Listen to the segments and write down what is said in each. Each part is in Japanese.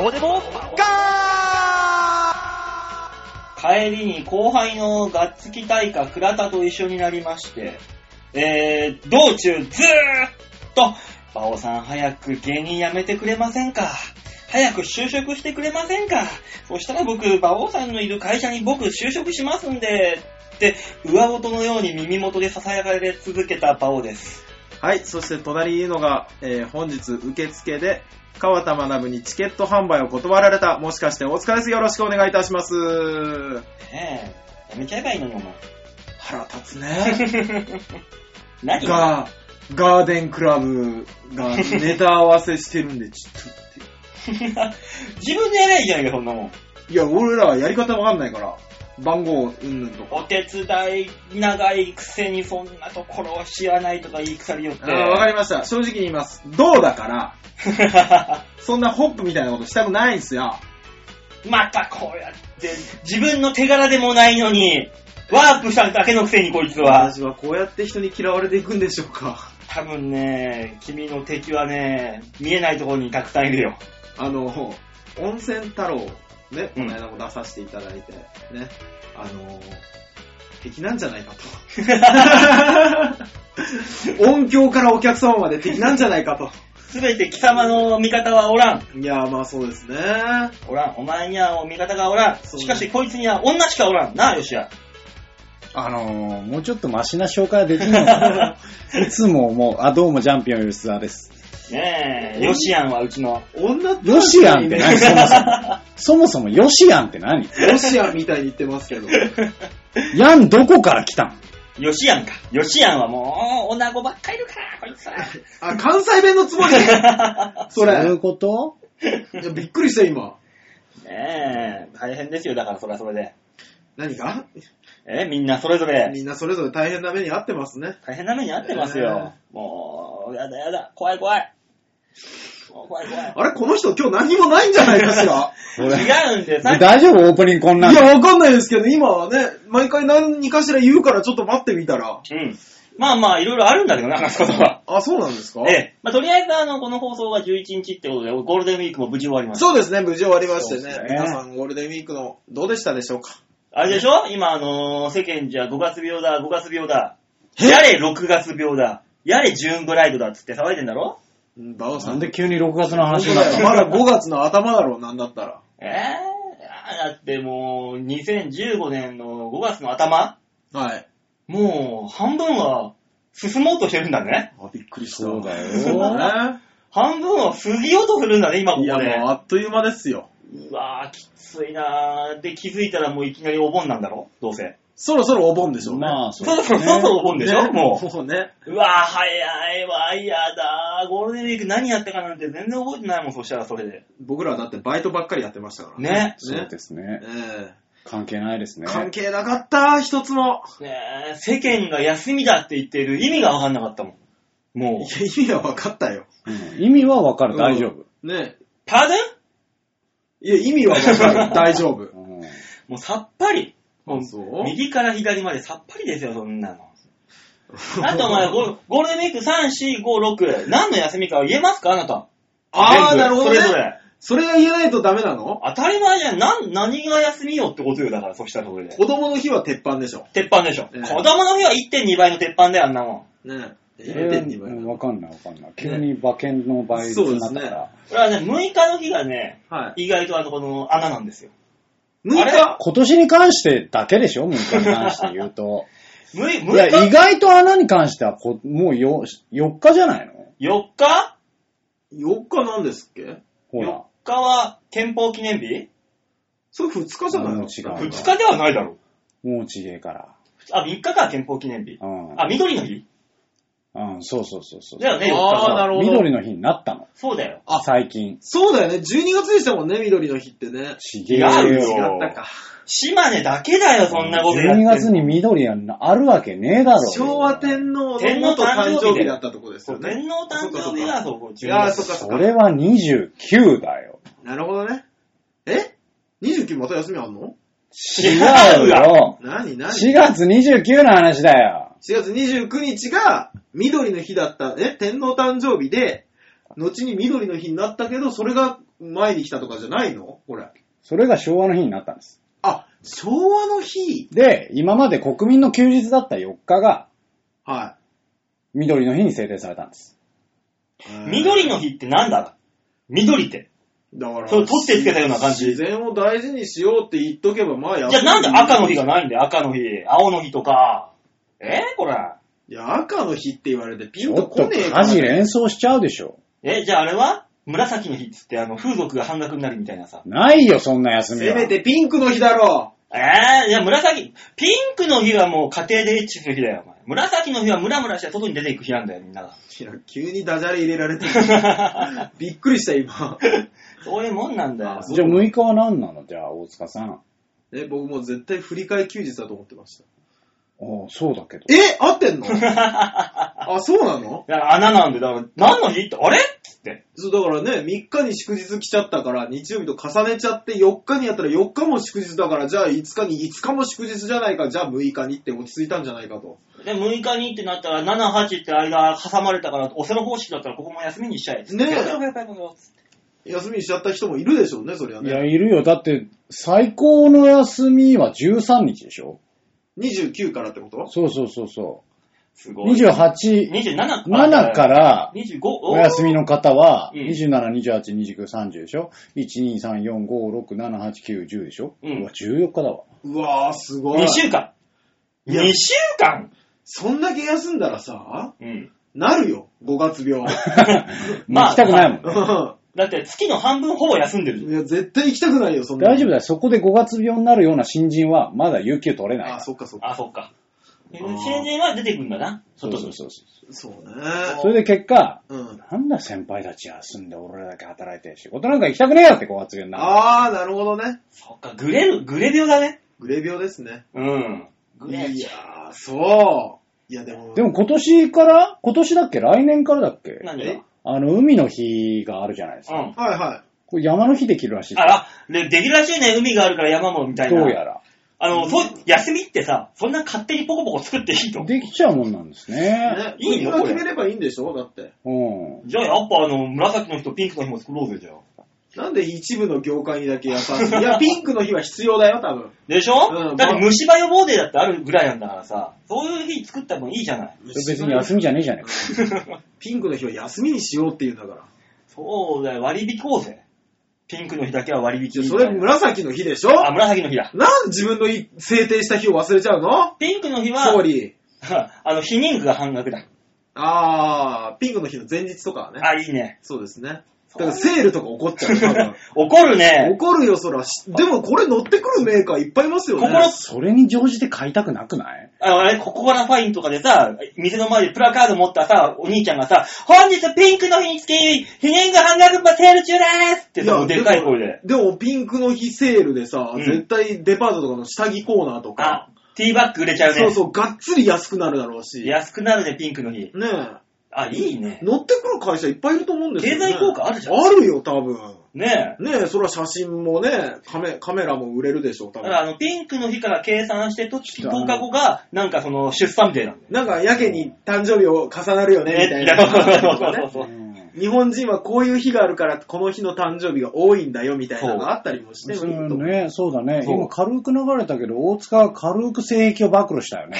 こでも帰りに後輩のガッツキ大家倉田と一緒になりまして、えー、道中ずーっと、馬王さん早く芸人辞めてくれませんか早く就職してくれませんかそしたら僕、馬王さんのいる会社に僕就職しますんで、って、上音のように耳元で囁かれ続けた馬王です。はい、そして隣にいるのが、えー本日受付で、川田学にチケット販売を断られた、もしかして大塚です。よろしくお願いいたします。ねえ、辞めちゃえばいいのにお前。腹立つ ね。何が、ガーデンクラブがネタ合わせしてるんで、ちょっとっ自分でやりゃいいじゃないか、そんなもん。て。いや、俺らやり方わかんないから、番号うんぬんとか。お手伝い長いくせにそんなところを知らないとか言いくさりよって。あーわかりました。正直に言います。どうだから、そんなホップみたいなことしたくないんすよ。 またこうやって、自分の手柄でもないのに、ワープしただけのくせにこいつは。私はこうやって人に嫌われていくんでしょうか。多分ね、君の敵はね、見えないところにたくさんいる よ。あの、温泉太郎、ね、こうんの間も出させていただいて、ね、あの、敵なんじゃない かと。音響からお客様まで敵なんじゃないかと。すべて貴様の味方はおらん。いやまあそうですね。おらん。お前には味方がおらん。そうしかしこいつには女しかおらん。なあ、よしや。あのー、もうちょっとマシな紹介はできんの かないつももう、あ、どうもジャンピオン吉沢です。ねえ、よしやんはうち の。女ってヨシアンって何そもそも。そもそもヨシアンって何ロシアンみたいに言ってますけど。ヤンどこから来たんよしやんか。よしやんはもう、女子ばっかりいるから、こいつ は。あ、関西弁のつもりそ そういれ。うこといやびっくりした今。ねえ、大変ですよ、だからそれはそれで。何がえ、みんなそれぞれ、みんなそれぞれ大変な目に遭ってますね。大変な目に遭ってますよ。もう、やだやだ、怖い怖い。もう怖い怖い。あれこの人今日何もないんじゃないかしら俺違うんで、さっき、大丈夫オープニングこんいなんや、わかん ないですけど、今はね、毎回何かしら言うからちょっと待ってみたら。うん。まあまあ、いろいろあるんだけどな、話すことは。あ、そうなんですかええ。まあ、とりあえず、あの、この放送が11日ってことで、ゴールデンウィークも無事終わりました。そうですね、無事終わりましてね。そうですね皆さんゴールデンウィークのどうでしたでしょうかあれでしょ今、あのー世間じゃ5月病だ、5月病だ。やれ6月病だ。やれジューンブライドだっつって騒いでんだろうん、バオさ。なんんで急に6月の本話当になっだたよのまだ5月の頭だろう、なんだったら。ええあだってもう、2015年の5月の頭はい。もう、半分は進もうとしてるんだね。あ、びっくりした。そうだよそうだね。半分は過ぎようとするんだね、今ここいや、もで。うあっという間ですよ。うわぁ、きついなぁ。で、気づいたらもういきなりお盆なんだろどうせ。そろそろお盆でしょうね。まあ、そそうろでそすろ、ねそろそろお盆でしょ、ねももうね。う。うわぁ、早いわ、やだーゴールデンウィーク何やったかなんて全然覚えてないもん、そしたらそれで。僕らはだってバイトばっかりやってましたから。ね。そうですね。え関係ないですえね。関係なかった、一つも。ねえ世間が休みだって言ってる意味がわかんなかったもん。いやもう。、意味は分かったよ。うん意味はわかる、大丈夫。ねパーデンいや、意味は分か る。大丈夫。うんもうさっぱり。もうそう右から左までさっぱりですよ、そんなの。 あとお前、ゴールゴールデンウィーク3、4、5、6、何の休みかは言えますかあなた。ああ、全部なるほど、ね。それぞれ。それが言えないとダメなの当たり前じゃん。なん、何が休みよってことよ、だから、そしたらそれで。子供の日は鉄板でしょ。鉄板でしょ。ええ子供の日は1.2倍の鉄板だよ、あんなもん。ねえ。えーわかんないわかんない。急に馬券の倍率になったから。これはね、6日の日がね、は意外とあの、この穴なんですよ。い。6あれ日今年に関してだけでしょ向日に関して言うと。 6, 6いや、意日外と穴に関してはこ、もうよ4日じゃないの ?4 日 ?4 日なんですっけほ ?4 ら。日は憲法記念日それ2日じゃないのあ違う ?2 日ではないだろう。もうちげえから。あ、3日か、憲法記念日う。ん。あ、緑の日うん、そうそうそうそう。だよね、4日あーなは。るほど緑の日になったの。そうだよ。あ最近。そうだよね。12月でしたもんね、緑の日ってね。ちげえ違うよ。よ違ったか。島根だけだよ、そんなことやって12んの月に緑やんなあるわけねえだろ。昭和天皇の天皇元誕誕生生日だ日だったとこですそよう、ね。天皇誕生日がそこ、いやー、 12そっかそっそか。れは29だよ。なるほどね。え ?29 また休みあんの違うよ。何何4月29の話だよ。 4月29日が緑の日だった、え、天皇誕生日で、後に緑の日になったけど、それが前に来たとかじゃないのこれ。それが昭和の日になったんです。あ、昭和の日で、今まで国民の休日だった4日が、は緑の日に制定されたんです。い。緑の日ってなんだ緑って。だから、それ取ってつけたような感じ自然を大事にしようって言っとけば、まあやじゃあなんで赤の日がないんだよ、赤の日。青の日とか。えこれ。いや、赤の日って言われてピちンょとっとこねえから。家事連想しちゃうでしょ。え、じゃああれは紫の日っつって、あの、風俗が半額になるみたいなさ。ないよ、そんな休みせは。めてピンクの日だろえー、いや、紫、ピンクの日はもう家庭でエッチする日だよ、お前。紫の日はムラムラして外に出ていく日なんだよ、みんなが。いや、急にダジャレ入れら れた。びっくりした、今。そういうもんなんだよあ。そうじゃあ6日は何なのじゃあ、大塚さん。あえ、僕もう絶対振り替え休日だと思ってました。あ、そうだけど。え合って んのあ、そうなのだから穴なんで、だから、何の日って、あれっつって。そう、だからね、3日に祝日来ちゃったから、日曜日と重ねちゃって、4日にやったら4日も祝日だから、じゃあ5日に、5日も祝日じゃないか、じゃあ6日にって落ち着いたんじゃないかと。で、6日にってなったら、7、8って間挟まれたから、オセロ方式だったらここも休みにしちゃえっつって。ねえやばいやばいやばいやばい休みにしちゃった人もいるでしょうね、そりゃいや、ね。いるよ。だって、最高の休みは13日でしょ29からってことそうそうそうそすう。ごい。 28、 27。7からら、 25。お休みの方は、うん27、28、29、30でしょ ?1、2、3、4、5、6、7、8、9、10でしょうんうわ、14日だわ。うわー、すごい2。週間。いや2週間そんだけ休んだらさ、うん。なるよ、5月 病。まあ行きたくないもんね。いだって月の半分ほぼ休んでるじゃん。や、絶対行きたくないよ、そんなの。大丈夫だよ。そこで5月病になるような新人は、まだ有給取れない。あ、そっかそっか。あ、そっか。えあー新人は出てくんだな。そうそうそうそう。そうね。それで結果、うん。なんだ先輩たち休んで俺らだけ働いて仕事なんか行きたくねえよって5月病になる。あー、なるほどね。そっか、グレる、グレ病だね。グレ病ですね。うん。グいレや病。ー、そう。いや、でも。でも今年から、今年だっけ来年からだっけ何がえあの、海の日があるじゃないですうか。ん。はいはこれ山の日できるらしいであら、で、できるらしいね、海があるから山もみたす。いどうな。やら。あの、そう、休みってさ、そんな勝手にポコポコ作っていいと。できちゃうもんなんですい。ね。ね、いい国のが決めればいいんでしょだって。うん。じゃあやっぱあの、紫の日とピンクの日も作ろうぜ、じゃあ。なんで一部の業界にだけ優しい。いや、ピンクの日は必要だよ、多分。でしょ、うんだってまあ虫歯予防デーだってあるぐらいなんだからさ、そういう日作った分いいじゃ ない。それ別に休みじゃねえじゃねえか。ピンクの日は休みにしようって言うんだから。そうだよ、割引こうぜ。ピンクの日だけは割じ引ゃあそれみたいな紫の日でしょあ、紫の日だ。なんで自分のい制定した日を忘れちゃうのピンクの日は、総理。 あの、避妊具が半額だ。あー、ピンクの日の前日とかはね。あ、いいね。そうですね。だからセールとか怒っちゃ う多分。怒るね。怒るよ、そら。しでもこれ乗ってくるメーカーいっぱいいますよね。 心それに乗じて買いたくなくないあのあれ、ココラファインとかでさ、店の前でプラカード持ったさ、お兄ちゃんがさ、本日ピンクの日につき、避妊具半額バセール中ですってさ、もうでかい声で。でも。でもピンクの日セールでさ、うん絶対デパートとかの下着コーナーとあか、、ティーバッグ売れちゃうね。そうそう、がっつり安くなるだろうし。ね安くなるね、ピンクの日。え。あ、いいね。乗ってくる会社いっぱいいると思うんですよ、ね。経済効果あるじゃんあるよ、多分。ねえ。ねえ、そら写真もね、カメカメラも売れるでしょう、多だから分。あの、ピンクの日から計算して、と10日後が、なんかその、出産デーなんだなんかやけに誕生日を重なるよね、みたいな。ねねそう 日本人はこういう日があるから、この日の誕生日が多いんだよ、みたいなのがあったりもしてそもいいとう思う。ね、そうだね。そう今軽く流れたけど、大塚は軽く性癖を暴露したよね。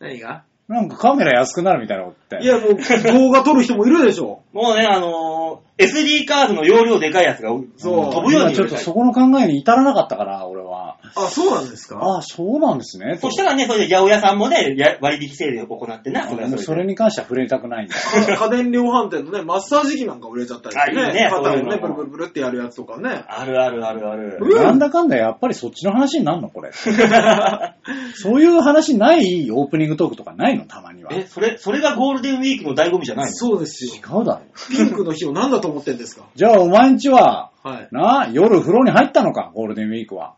何がなんかカメラ安くなるみたいなこと言っいて。や、もう動画撮る人もいるでしょ。もうね、あのー SD カードの容量でかいやつが飛そうぶよう今にち売ょれったりとそこの考えに至らなかったから、俺は。あ、そうなんですかああ、そうなんですね。そしたらね、それで八百屋さんもね、や割引制度を行ってな、あそれあはもうそそれれで。に関しては触れたくないんだ。家電量販店のね、マッサージ機なんか売れちゃったりしてあいいね肩をそういね、うのもブルブルブルってやるやつとかね。あるあるあるある。うんなんだかんだやっぱりそっちの話になんのこ れ。そういう話ないオープニングトークとかないのたまには。違え、それ、それがゴールデンウィークの醍醐味じゃないのそうで すよ。うだろ。ピンクの日を何だと思ってんですかじゃあお前んちは、はい。なあ、夜風呂に入ったのか、ゴールデンウィーク は。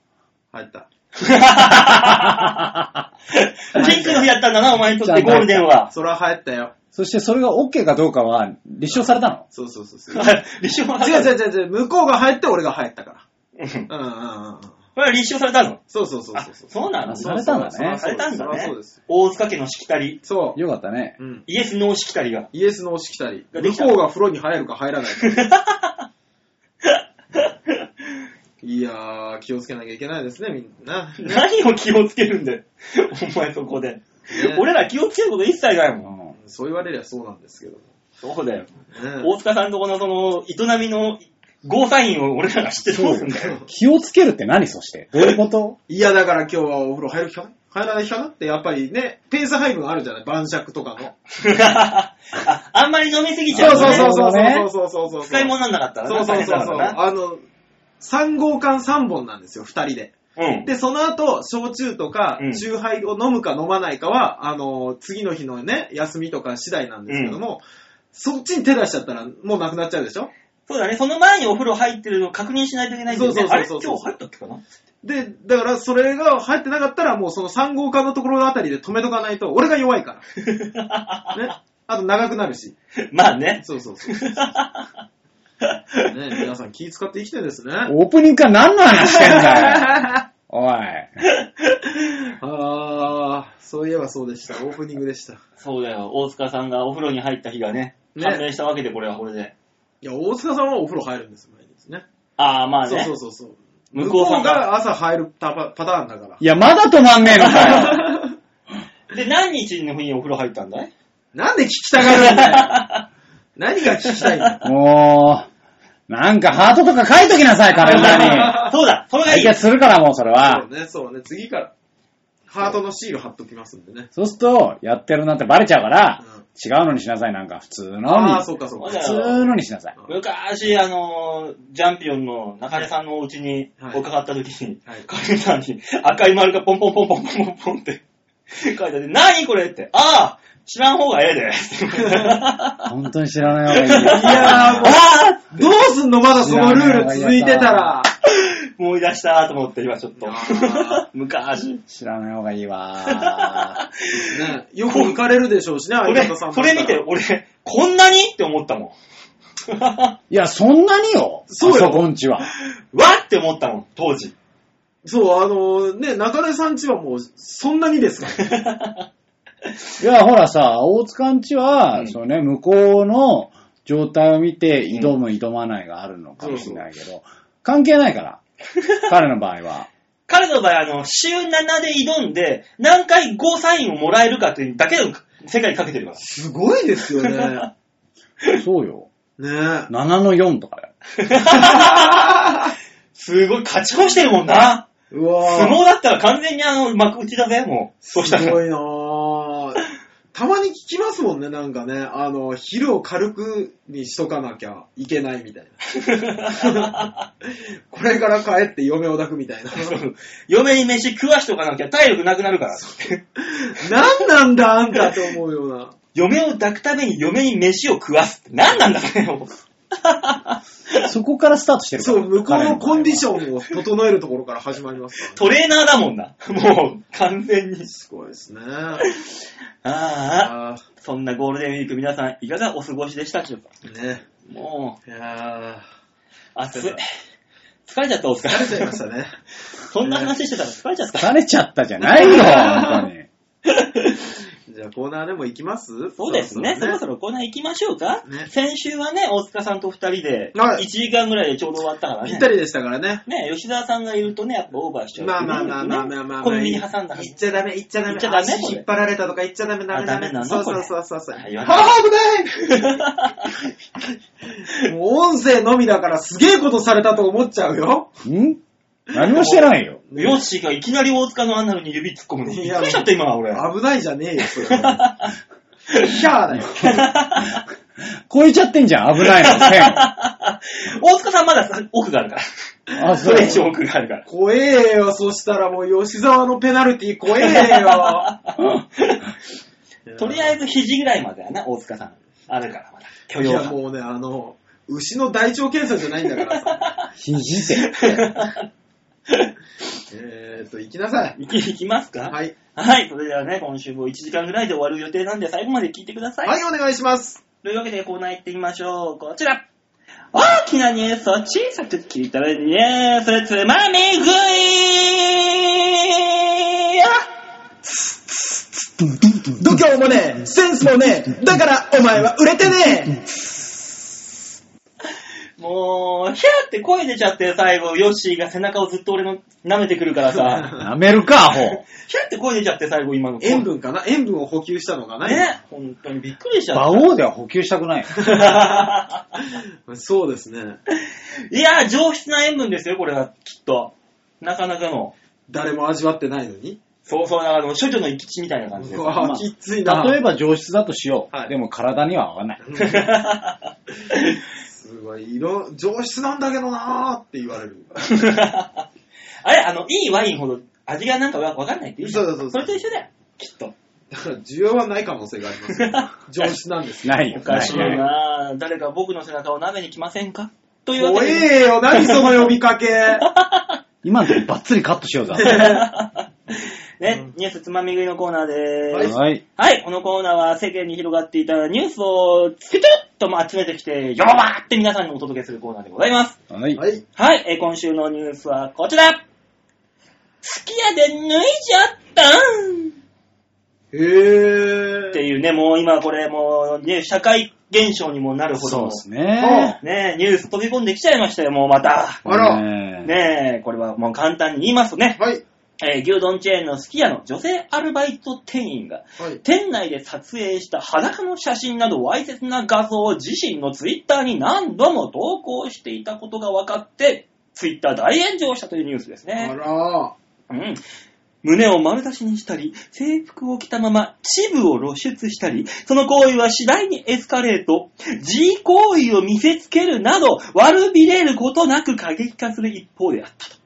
入った。ピンクの日やったんだな、お前にとってゴールデンは。そら入ったよ。そしてそれが OK かどうかは立証されたの。そ うそうそうそう。はい。でしょ違う違う違う違う、向こうが入って俺が入ったかうんら。うんうんうんうん。これは立証されたのそうそうそうあそう、そう。そうなのあされたんだねそりゃそうされたんだねそりゃそうです。大塚家のしきたり。そよかったね。う。うん。イエス・ノーしきたりが。イエスのしきたり。が向できたこうが風呂に入るか入らないか。 いやー、気をつけなきゃいけないですね、みん な。ね何を気をつけるんだよ。お前そこで。俺ら気をつけること一切ないうもん。んそう言われりゃそうなんですけどそうだよ。も。大塚さんとこのその、営みのゴーサインを 俺らが知ってどうすんだよ。気をつけるって何そしてどういうこといや、だから今日はお風呂入る気かな入らない気かなって、やっぱりね、ペース配分あるじゃない晩酌とかの。 ああんまり飲みすぎちそゃううとそうね。そうそうなるそうそほうそうそう。使い物になんなかったらそうなそう大そう変だそかう。らな。あの、3号缶3本なんですよ、2人で。うん。で、その後、焼酎とかうん、酎ハイを飲むか飲まないかは、あの、次の日のね、休みとか次第なんですけども、そっちに手出しちゃったら、もうなくなっちゃうでしょそうだね。その前にお風呂入ってるのを確認しないといけないんだよね。そうそうそうそうあれ今日入ったっけかな で、だから、それが入ってなかったら、もうその3号館のところあたりで止めとかないと、俺が弱いから。ね。あと、長くなるし。まあね。そうそうそうそう。ね、皆さん気使って生きてですね。オープニングから何の話してんだよ。 おい。あー、そういえばそうでした。オープニングでした。そうだよ。大塚さんがお風呂に入った日がね、ね判明したわけで、これはこれで。いや、大塚さんはお風呂入るんです、毎日ね。ああ、まあそうねそう。そうそう。向向ここうさんうが。が朝入るタパパターンだか らい。や、まだ止まんねえのかよ。で、何日の日にお風呂入ったんだいなんで聞きたがる んだよ。何が聞きたいんだよ。もう、なんかハートとか書いときなさい、カレンダー に。そうだ、それがい解い。決するからもうそれそはう。ね、そうね、次から。ハートのシール貼っときますんでね。そうすると、やってるなんてバレちゃうからうん、違うのにしなさい、なんか普通のに。ああ、そうかそうそうだかよ。普通のにしなさい。昔、あのー、ジャンピオンの中根さんのお家にはい伺った時に、はいカレンさんに赤い丸がポンポンポンポンポンポンポンって書いてあって、何これって、ああ、知らん方がええで。 本当に知らない方がいいいやー、もあう、どうすんのまだそのルール続いてたら。思い出したと思って、今ちょっとあー。 昔。知らない方がいいわ。ね、よく浮かれるでしょうしね、こ相れ方さん、もそれ見て、俺、こんなにって思ったもん。 わいや、そんなによ。そうよあそこんちは。って思ったもん、当時。そう、あのね、中根さんちはもう、そんなにですから。いや、ほらさ、大塚んちうは、んそうね、向こうの状態を見て、挑む、挑まないがあるのかもしれないけど、関係な いから。彼の場合は。彼の場合、あの、週7で挑んで、何回ゴーサインをもらえるかというだけの世界にかけてるから。すごいですよ ね。そうよ。ね7の4とかよ。すごい、勝ち越してるもんな。うわ相ー撲だったら完全にあの、幕打ちだぜ、もう。そうしすたら。ごいなーたまに聞きますもんね、なんかね。あの、昼を軽くにしとかなきゃいけないみたいな。 これから帰って嫁を抱くみたいな。嫁に飯食わしとかなきゃ体力なくなるから。 何なんだ、あんたと思うよう な。嫁を抱くために嫁に飯を食わすって何なんだろうね、 もうそこからスタートしてるから。そう、向こうのコンディシン。ョンを整えるところから始まりますからね、トレーナーだもんな。もう、完全に。すごいですね。ああ、あそんなゴールデンウィーク皆さん、いかがお過ごしでしたでしょうかーね。もいやう、暑い。疲れちゃった、お疲ー、れ。疲れちゃいましたね。 そんな話してたら疲れちゃった。疲れちゃったじゃないよ、本当に。じゃあコーナーでも行きますそうですね。そろそろコーナー行きましょうか。ね先週はね、大塚さんと二人で、は1い時間ぐらいでちょうど終わったからね。ぴったりでしたからね。ね、吉沢さんがいるとね、やっぱオーバーしちゃう、ね。まあまあまあまあまあまあ。コンビニ挟んだら行っちゃダメ、行っちゃダメ。行っちゃダメ足引っ張られたとか行っちゃダメ、ダあメダダメメな。のそうこそれうそうそうそう。ああ言わー、危ない もう音声のみだからすげえことされたと思っちゃうよ。ん何もしてないよ。ヨッシーがいきなり大塚のアナルに指突っ込むの。びいっやくりしちゃった、今、俺。危ないじゃねえよ、それは。ヒャーだよ。超えちゃってんじゃん、危ないの、 線。大塚さんまだ奥があるから。あ、それ以上奥があるから。怖えよ、そしたらもう吉沢のペナルティ怖えよ。とりあえず肘ぐらいまではな、大塚さん。あるから、まだ。許い容や範。もうね、あの、牛の大腸検査じゃないんだからさ。肘線。えーっと、行きなさい。 いき、いきますかはい。はい。それではね、今週も1時間ぐらいで終わる予定なんで、最後まで聞いてください。はい、お願いします。というわけでコーナー行ってみましょう。こちら。大きなニュースを小さく聞いたらニュースつまみ食い度胸もねえ、センスもねえ、だからお前は売れてねもう、ヒャーって声出ちゃって最後、ヨッシーが背中をずっと俺の舐めてくるから さ。舐めるか、アホ。ヒャーって声出ちゃって最後今の。塩分かな塩分を補給したのかな、ね。本当にびっくりしちゃ馬っ王では補給した くない。た。そうですね。 いやー、上質な塩分ですよ、これは、きっと。なかなかの。誰も味わってないのに。そうそう、なんかでも、処女の生き地みたいな感じでうす。わまぁ、あきついな。例えば上質だとしよう。はいでも体には合わない。すごい、色、上質なんだけどなーって言われる。 あれ、あの、いいワインほど味がなんかわわかんないって言うじゃんそうそうそうそれと一緒だよ、きっと。だから需要はない可能性があります よ。上質なんですよ。ないよ。おかしいないよなぁ誰か僕の背中を鍋に来ませんかというわ怖けで。えよ、何その呼びかけ。今のとこバッツリカットしようぜ。ね、ニュースつまみ食いのコーナーでーす。はい、はい。このコーナーは世間に広がっていたニュースをつけちょっとまあ集めてきて、よばーって皆さんにお届けするコーナーでございます。はい。はい。はい、えー今週のニュースはこちら。すき家で脱いじゃったんへっぇてー。いうね、もう今これもう、ね、社会現象にもなるほそうどで、すね。ね、ニュース飛び込んできちゃいましたよ、もうまた。あらねえねこれはもう簡単に言いますとね、はい。えー牛丼チェーンのすき家の女性アルバイト店員が、はい。店内で撮影した裸の写真など、わいせつな画像を自身のツイッターに何度も投稿していたことが分かって、ツイッター大炎上したというニュースですあね。らうん。胸を丸出しにしたり、制服を着たまま秩父を露出したり、その行為は次第にエスカレート、G 行為を見せつけるなど、悪びれることなく過激化する一方であったと。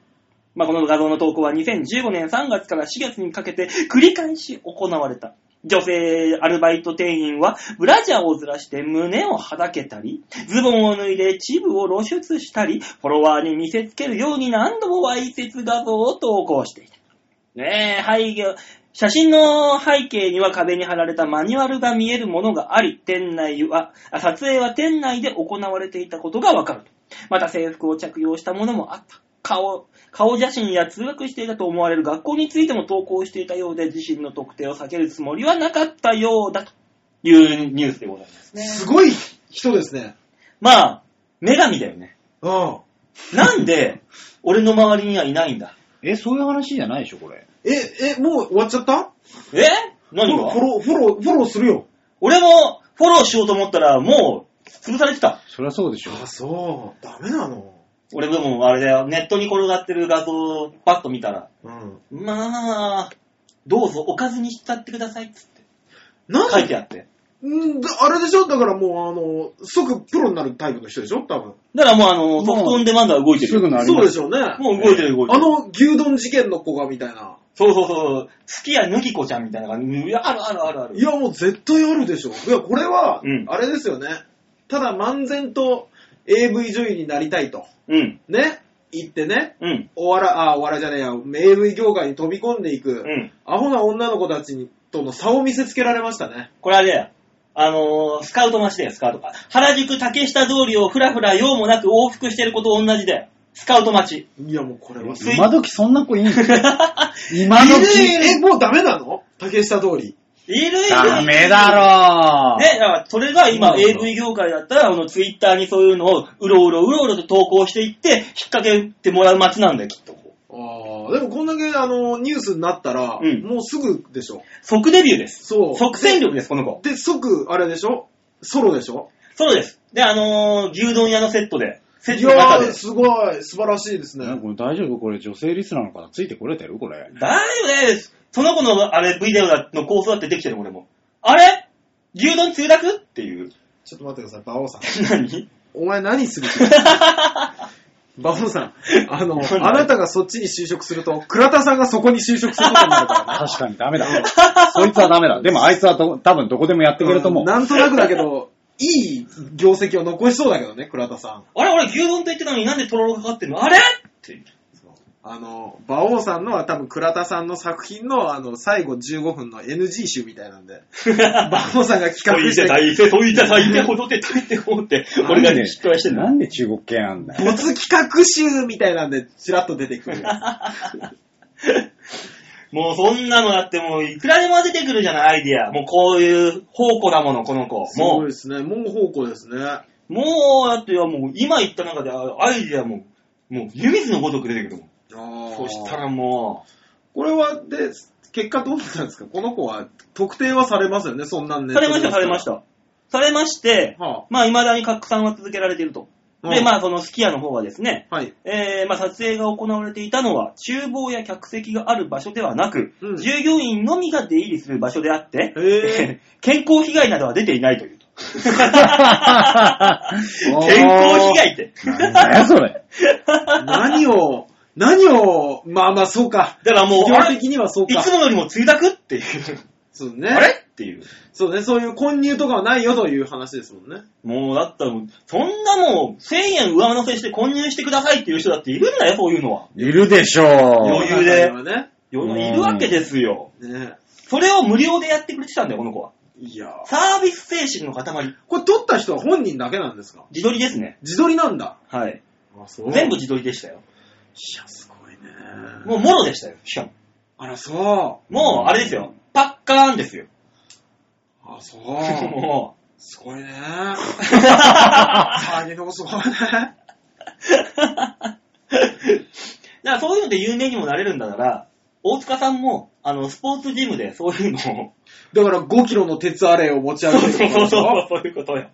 まあ、この画像の投稿は2015年3月から4月にかけて繰り返し行われた。女性アルバイト店員は、ブラジャーをずらして胸をはだけたり、ズボンを脱いで秩父を露出したり、フォロワーに見せつけるように何度もわいせつ画像を投稿していた。ねえ、背景、写真の背景には壁に貼られたマニュアルが見えるものがあり、店内は、あ撮影は店内で行われていたことがわかると。また制服を着用したものもあった。顔、顔写真や通学していたと思われる学校についても投稿していたようで、自身の特定を避けるつもりはなかったようだというニュースでございますー。ね。すごい人ですね。まあ、女神だよね。うん。なんで、俺の周りにはいないんだ。え、そういう話じゃないでしょ、これ。え、え、もう終わっちゃったえ何フォがロー、フォロー、フォローするよ。俺もフォローしようと思ったら、もう、潰されてた。そりゃそうでしょ。そう。ダメなの。俺でもあれだよ、ネットに転がってる画像をパッと見たら、うん。まあ、どうぞおかずに浸ってくださいっつってなん書いてあって。んだあれでしょだからもう、あの、即プロになるタイプの人でしょ多分。だからもうあの、ソフトオンデマンドは動いてるすよ。ぐなりそうま。ですしょうね。もう動いてる動いてある。の、牛丼事件の子がみたいな。そうそうそう。月やぬぎこちゃんみたいな感じ。いやあるあるあるあいる。や、もう絶対あるでしょ。いや、これはうん、あれですよね。ただ、漫然と AV 女優になりたいと。うん。ね。言ってね。うん。お笑い、あ、お笑いじゃねえや。AV 業界に飛び込んでいく、うん。アホな女の子たちにとの差を見せつけられましたね。これあれだよ。あのー、スカウト待ちだよ、スカウトが。原宿竹下通りをふらふら用もなく往復してることと同じだよ。スカウト待ち。いや、もうこれは。つい今時そんな子いいの 今時。え、もうダメなの竹下通り。いるいるダメだろね、だからそれが今うん AV 業界だったら、このツイッターにそういうのをうろうろうろうろと投稿していって、引っ掛けてもらう街なんだよ、きっと。ああ、でもこんだけあのニュースになったら、うんもうすぐでしょ。即デビューです。そう。即戦力です、この子。で、即、あれでしょソロでしょそうです。で、あのー、牛丼屋のセットで、セッいトの中やでー、。すごい、素晴らしいですね。なんかこれ大丈夫これ女性リスナーの方ついてこれてるこれ。大丈夫です。その子のあれ、ビデオだの構想だってできてる、俺も。あれ牛丼通落っていう。 ちょっと待ってください、馬王さん。何お前何する 気馬王さん、あの、何あなたがそっちに就職すると、倉田さんがそこに就職することになるからね。確かに ダメだ。そいつはダメだ。でもあいつはと多分どこでもやってくれると思う。なんとなくだけど、いい業績を残しそうだけどね、倉田さん。 あれ俺牛丼と言ってたのになんでとろろかかってるのあれって。あの、馬王さんのは多分倉田さんの作品のあの、最後15分の NG 集みたいなんで、馬王さんが企と画いしててた、いて、といてた、いて、ほどてた、いて、ほどて。俺がきっとやしてんなだ。んで中国系なんだよ。没企画集みたいなんで、ちらっと出て くるやもうそんなのだってもういくらでも出てくるじゃない、アイディア。もうこういう宝庫だもの、この子つ。。すも、ごいうですね。もう方向ですね。もう、だってもう今言った中でアイディアも、もう湯水のごとく出てくるもん。そそしたらもこれは、で、結果どうなったんですかこの子は、特定はされますよね、そんなんう、ね。されました、されまし。た。されまして、はまあ未だに拡散は続けられていると。あ、で、あ、まあそのスキヤの方はですね、はい。えーまあ、撮影が行われていたのは、厨房や客席がある場所ではなく、うん従業員のみが出入りする場所であって、へ 健康被害などは出ていないという。健健康被害って。なんだよ、それ。 何を、何を、まあまあ、そうか。だからもう、企あ業れい的にはそうかつ。もよりも墜落っていう。そうね。あれっていう。そうね、そういう混入とかはないよという話ですもんね。もう、だったらもう、そんなもう、1000円上乗せして混入してくださいっていう人だっているんだよ、そういうのは。いるでしょう。余裕で世の中にはね。世のいるわけですよ。ねそれを無料でやってくれてたんだよ、この子は。いやーサービス精神の塊。これ撮った人は本人だけなんですか自撮りですね。自撮りなんだ。はい。あ、そう全部い自撮りでしたよ。や、すごいね。もう、もろでしたよ、しかも。あら、そう。もう、あれですよ。パッカーンですよ。あ、そう。 もすごい ね。詐欺のすごいね。う。だからそういうので有名にもなれるんだから、大塚さんも、あの、スポーツジムでそういうのを、だから5キロの鉄アレイを持ちそう上げそうるってこそう、とでしょそういうことよ。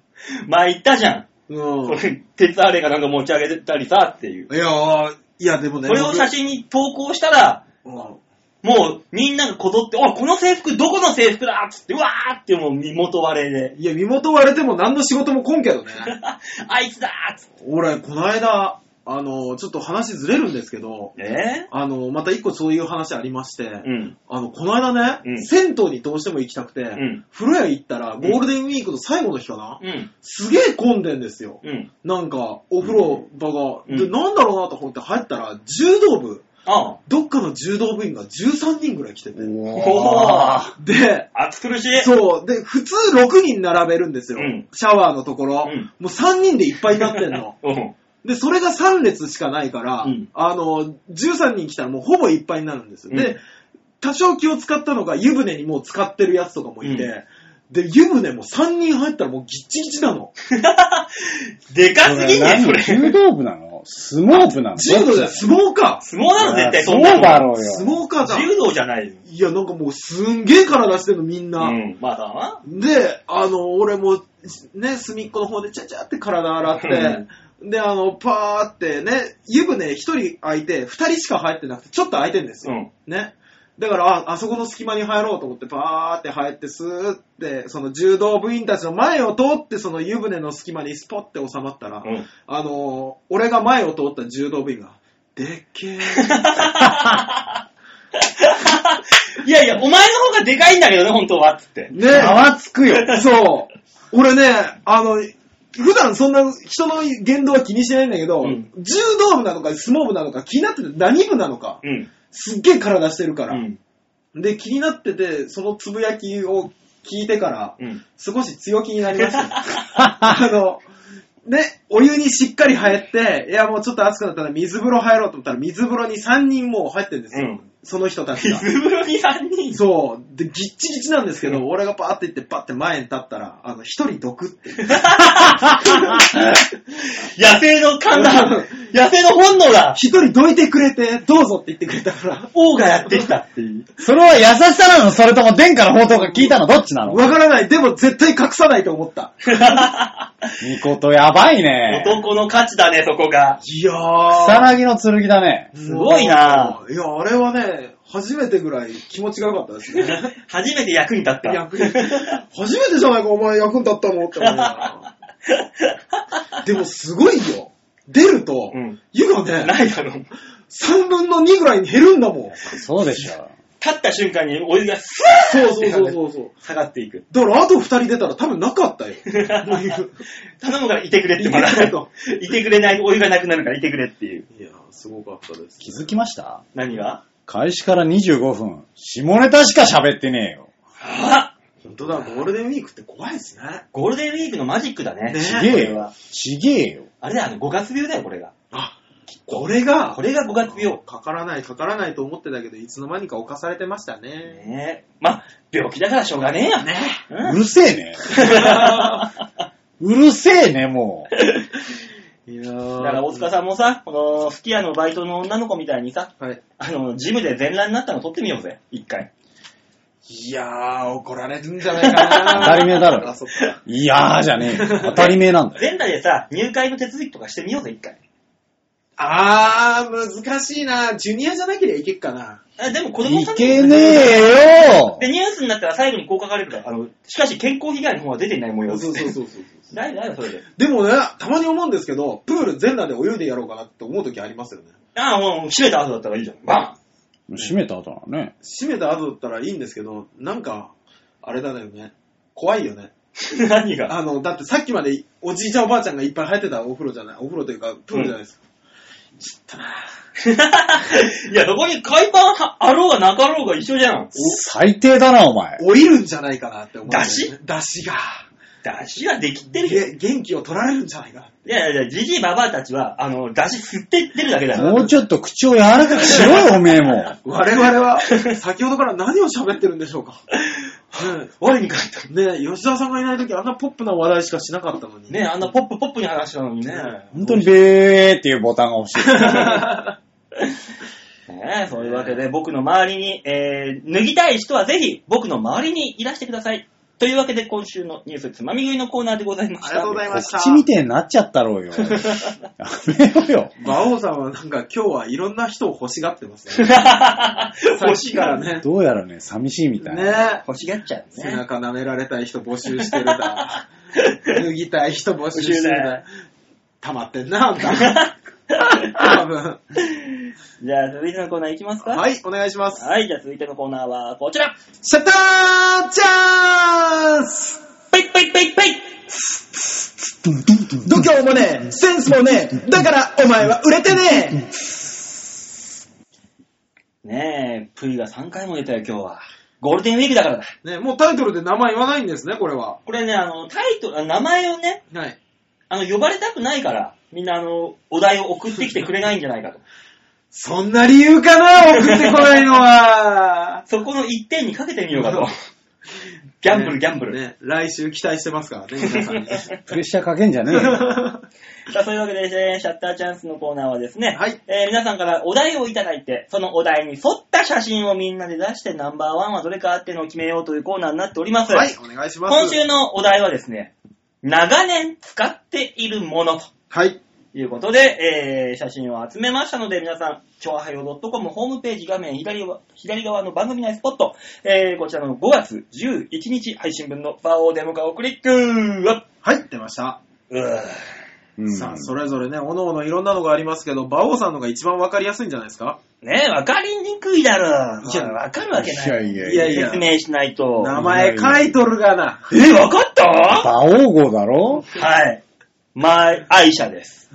前言ったじゃん。そうん。れ、鉄アレがなんか持ち上げてたりさ、っていう。いやー、いやでもね。それを写真に投稿したら、僕うんもう、みんながこぞって、おいこの制服、どこの制服だっつって、うわーってもう身元割れで、 いや、身元割れても何の仕事も来んけどね。あいつだーっつっ俺、この間、あの、ちょっと話ずれるんですけど、て。えあの、また一個そういう話ありまして、うん。あの、この間ね、うん銭湯にどうしても行きたくて、ん風呂屋行ったら、ゴールデンウィークの最後の日かな、うん。すげえ混んでんですよ。うん。なんか、お風呂場が、うんで、なんだろうなと思って入ったら、柔道部、ああ。どっかの柔道部員が13人ぐらい来てて。おおー。で、暑苦しい。そう、で、普通6人並べるんですよ。うんシャワーのところ、うん。もう3人でいっぱいになってんの うん。で、それが3列しかないから、うんあの、13人来たらもうほぼいっぱいになるんですよ。うんで、多少気を使ったのが湯船にもう使ってるやつとかもいて、うで、湯船も3人入ったらもうギッチギチなの。でかすぎんね、それ。柔道部なの相撲部なの柔道じゃ相撲か。相撲なの、絶対そんうなのだろうよ。相撲かじゃん。柔道じゃないよ。いや、なんかもうすんげえ体してるのみんうな。ん。まあだな。で、あの、俺も、ね、隅っこの方でちゃちゃって体洗って、で、あの、パーってね、湯船一人空いて、二人しか入ってなくて、ちょっと空いてんですうよ。ん。ね。だから、あ、あそこの隙間に入ろうと思って、パーって入って、スーって、その柔道部員たちの前を通って、その湯船の隙間にスポって収まったら、うん。あの、俺が前を通った柔道部員が、でっけえ。いやいや、お前の方がでかいんだけどね、本当は、つって。ねざわつくよ。 そう。俺ね、あの、普段そんな人の言動は気にしないんだけど、うん柔道部なのか相撲部なのか気になってて何部なのか、うん。すっげえ体してるかうら、ん。で、気になってて、そのつぶやきを聞いてから、うん。少し強気になりました。 あの、ね、お湯にしっかり入って、いやもうちょっと暑くなったら水風呂入ろうと思ったら水風呂に3人もう入ってるんですよ。うんその人たち水が。風呂に3人。そう。で、ギッチギチなんですけうど、ん俺がパーって行って、パーって前に立ったら、あの、一人毒って。野生の勘だ。野生の本能だ。一人どいてくれて、どうぞって言ってくれたから、王がやってきたっていう。それは優しさなのそれとも殿下の宝刀が聞いたのどっちなのわからない。でも絶対隠さないと思った。ミコトやばい ね。男の価値だね、そこ が。いや草ー。薙の剣だね。すごいなぁ。いや、あれはね、初めてぐらい気持ちが良かったです ね。初めて役に立った。役に初めてじゃないか、お前役に立ったのって思いながらでもすごいよ。出るとう、ん。湯がね、ないだろう。 3分の2ぐらいに減るんだもん。そうでしょ。立った瞬間にお湯がスそうそうそうそうそう。ーッ下がってい く。だからあと二人出たら多分なかったよ。頼むからいてくれってまだ。いてくれといてくれない、お湯がなくなるからいてくれっていう。いやー、すごかったです、気づきました何が開始から25分、下ネタしか喋ってねえよ。あ本当だ、ゴールデンウィークって怖いですね。ゴールデンウィークのマジックだね。ねちこげえれよは。。ちげえよ。あれだよ、あの5月病だよ、これが。あ、これが、これが5月病。かからない、かからないと思ってたけど、いつの間にか侵されてましたね。ねえ。まあ、病気だからしょうがねえやね。ねうるせえね。 うるせえね、もいやだかーら大塚さんもさ、この、吹き屋のバイトの女の子みたいにさ、はい。あの、ジムで全裸になったの撮ってみようぜ、一回。いやー、怒られるんじゃないかな。当たり前だろあ、そっか。う。いやーじゃねえよ。当たり前なんだよ。全裸でさ、入会の手続きとかしてみようぜ、一回。あー、難しいな。ジュニアじゃなければいけっかな。あでも子供いさんけねえよで、ニュースになったら最後にこう書かれるから、あの、しかし健康被害の方は出ていない模様ですそうそうそうそう。だいだいそれで。でもね、たまに思うんですけど、プール全裸で泳いでやろうかなって思う時ありますよね。ああ、もう閉めた後だったらいいじゃん。バ閉めた後なのね。閉めた後だったらいいんですけど、なんか、あれだよね。怖いよね。ーン 何が あの、だってさっきまでおじいちゃんおばあちゃんがいっぱい入ってたお風呂じゃない、お風呂というか、プールじゃないですか。いや、どこに海パンはあろうがなかろうが一緒じゃん。最低だな、お前。降りるんじゃないかなって思う、出汁出汁が。出汁はできってるよ。げ元気を取られるんじゃないかな。いやいやいや、じじいばばあたちは、あの、出汁吸ってってるだけだよ。もうちょっと口を柔らかくしろよ、おめえも。我々は、 先ほどから何を喋ってるんでしょうか。 我に返った。ねえ、吉沢さんがいない時あんなポップな話題しかしなかったのに。ねあんなポップポップに話したのにね。本当にベーっていうボタンが欲しい。ねえ、そういうわけで僕の周りに、えー、脱ぎたい人はぜひ僕の周りにいらしてください。というわけで今週のニュースつまみ食いのコーナーでございました。ありがとうございました告知みてえになっちゃったろうよ。やめろよ。馬王さんはなんか今日はいろんな人を欲しがって ますね。欲しがらね。ね。どうやらね、寂しいみたいな。ねえ。欲しがっちゃう背ね。中舐められたい人募集してるだ。 脱ぎたい人募集してる募集だ。溜まってんな、あん た。多分。 じゃあ続いてのコーナーいきますかい。はい、お願いします。はい、じゃあ続いてのコーナーはこちら。シャッターチャンスペイペイペイペイ度胸もねえ、センスもねえ、だからお前は売れてねねえ、プイが3回も出たよ今日は。ゴールデンウィークだからだ。えねもうタイトルで名前言わないんですね、これは。これね、あの、タイトル、あ名前をね、はい。あの、呼ばれたくないから、みんなあの、お題を送ってきてくれないんじゃないかと。そんな理由かな、送ってこないのは。そこの1点にかけてみよう かと。ギャンブル、ねギャンブル。ね。来週期待してますからね、皆さんに。 プレッシャーかけんじゃねえよ。さあ、そういうわけで、えーシャッターチャンスのコーナーはですね、はいえー皆さんからお題をいただいて、そのお題に沿った写真をみんなで出して、ナンバーワンはどれかっていうのを決めようというコーナーになっております。はい、お願いします。今週のお題はですね、長年使っているものとはい。いうことで、えー写真を集めましたので、皆さん、超はよ .com ホームページ画面左側左側の番組内スポット、えーこちらの5月11日配信分のバオーデモカをクリックアップはい、出ました。うーうんさあ、それぞれね、おのおのいろんなのがありますけど、馬王さんのが一番わかりやすいんじゃないですかねえ、わかりにくいだろ。いやわかるわけない。いやいやいやいや説明しないと。名前書いとるが な。え、わかったは馬王号だろい。まあ、愛車です。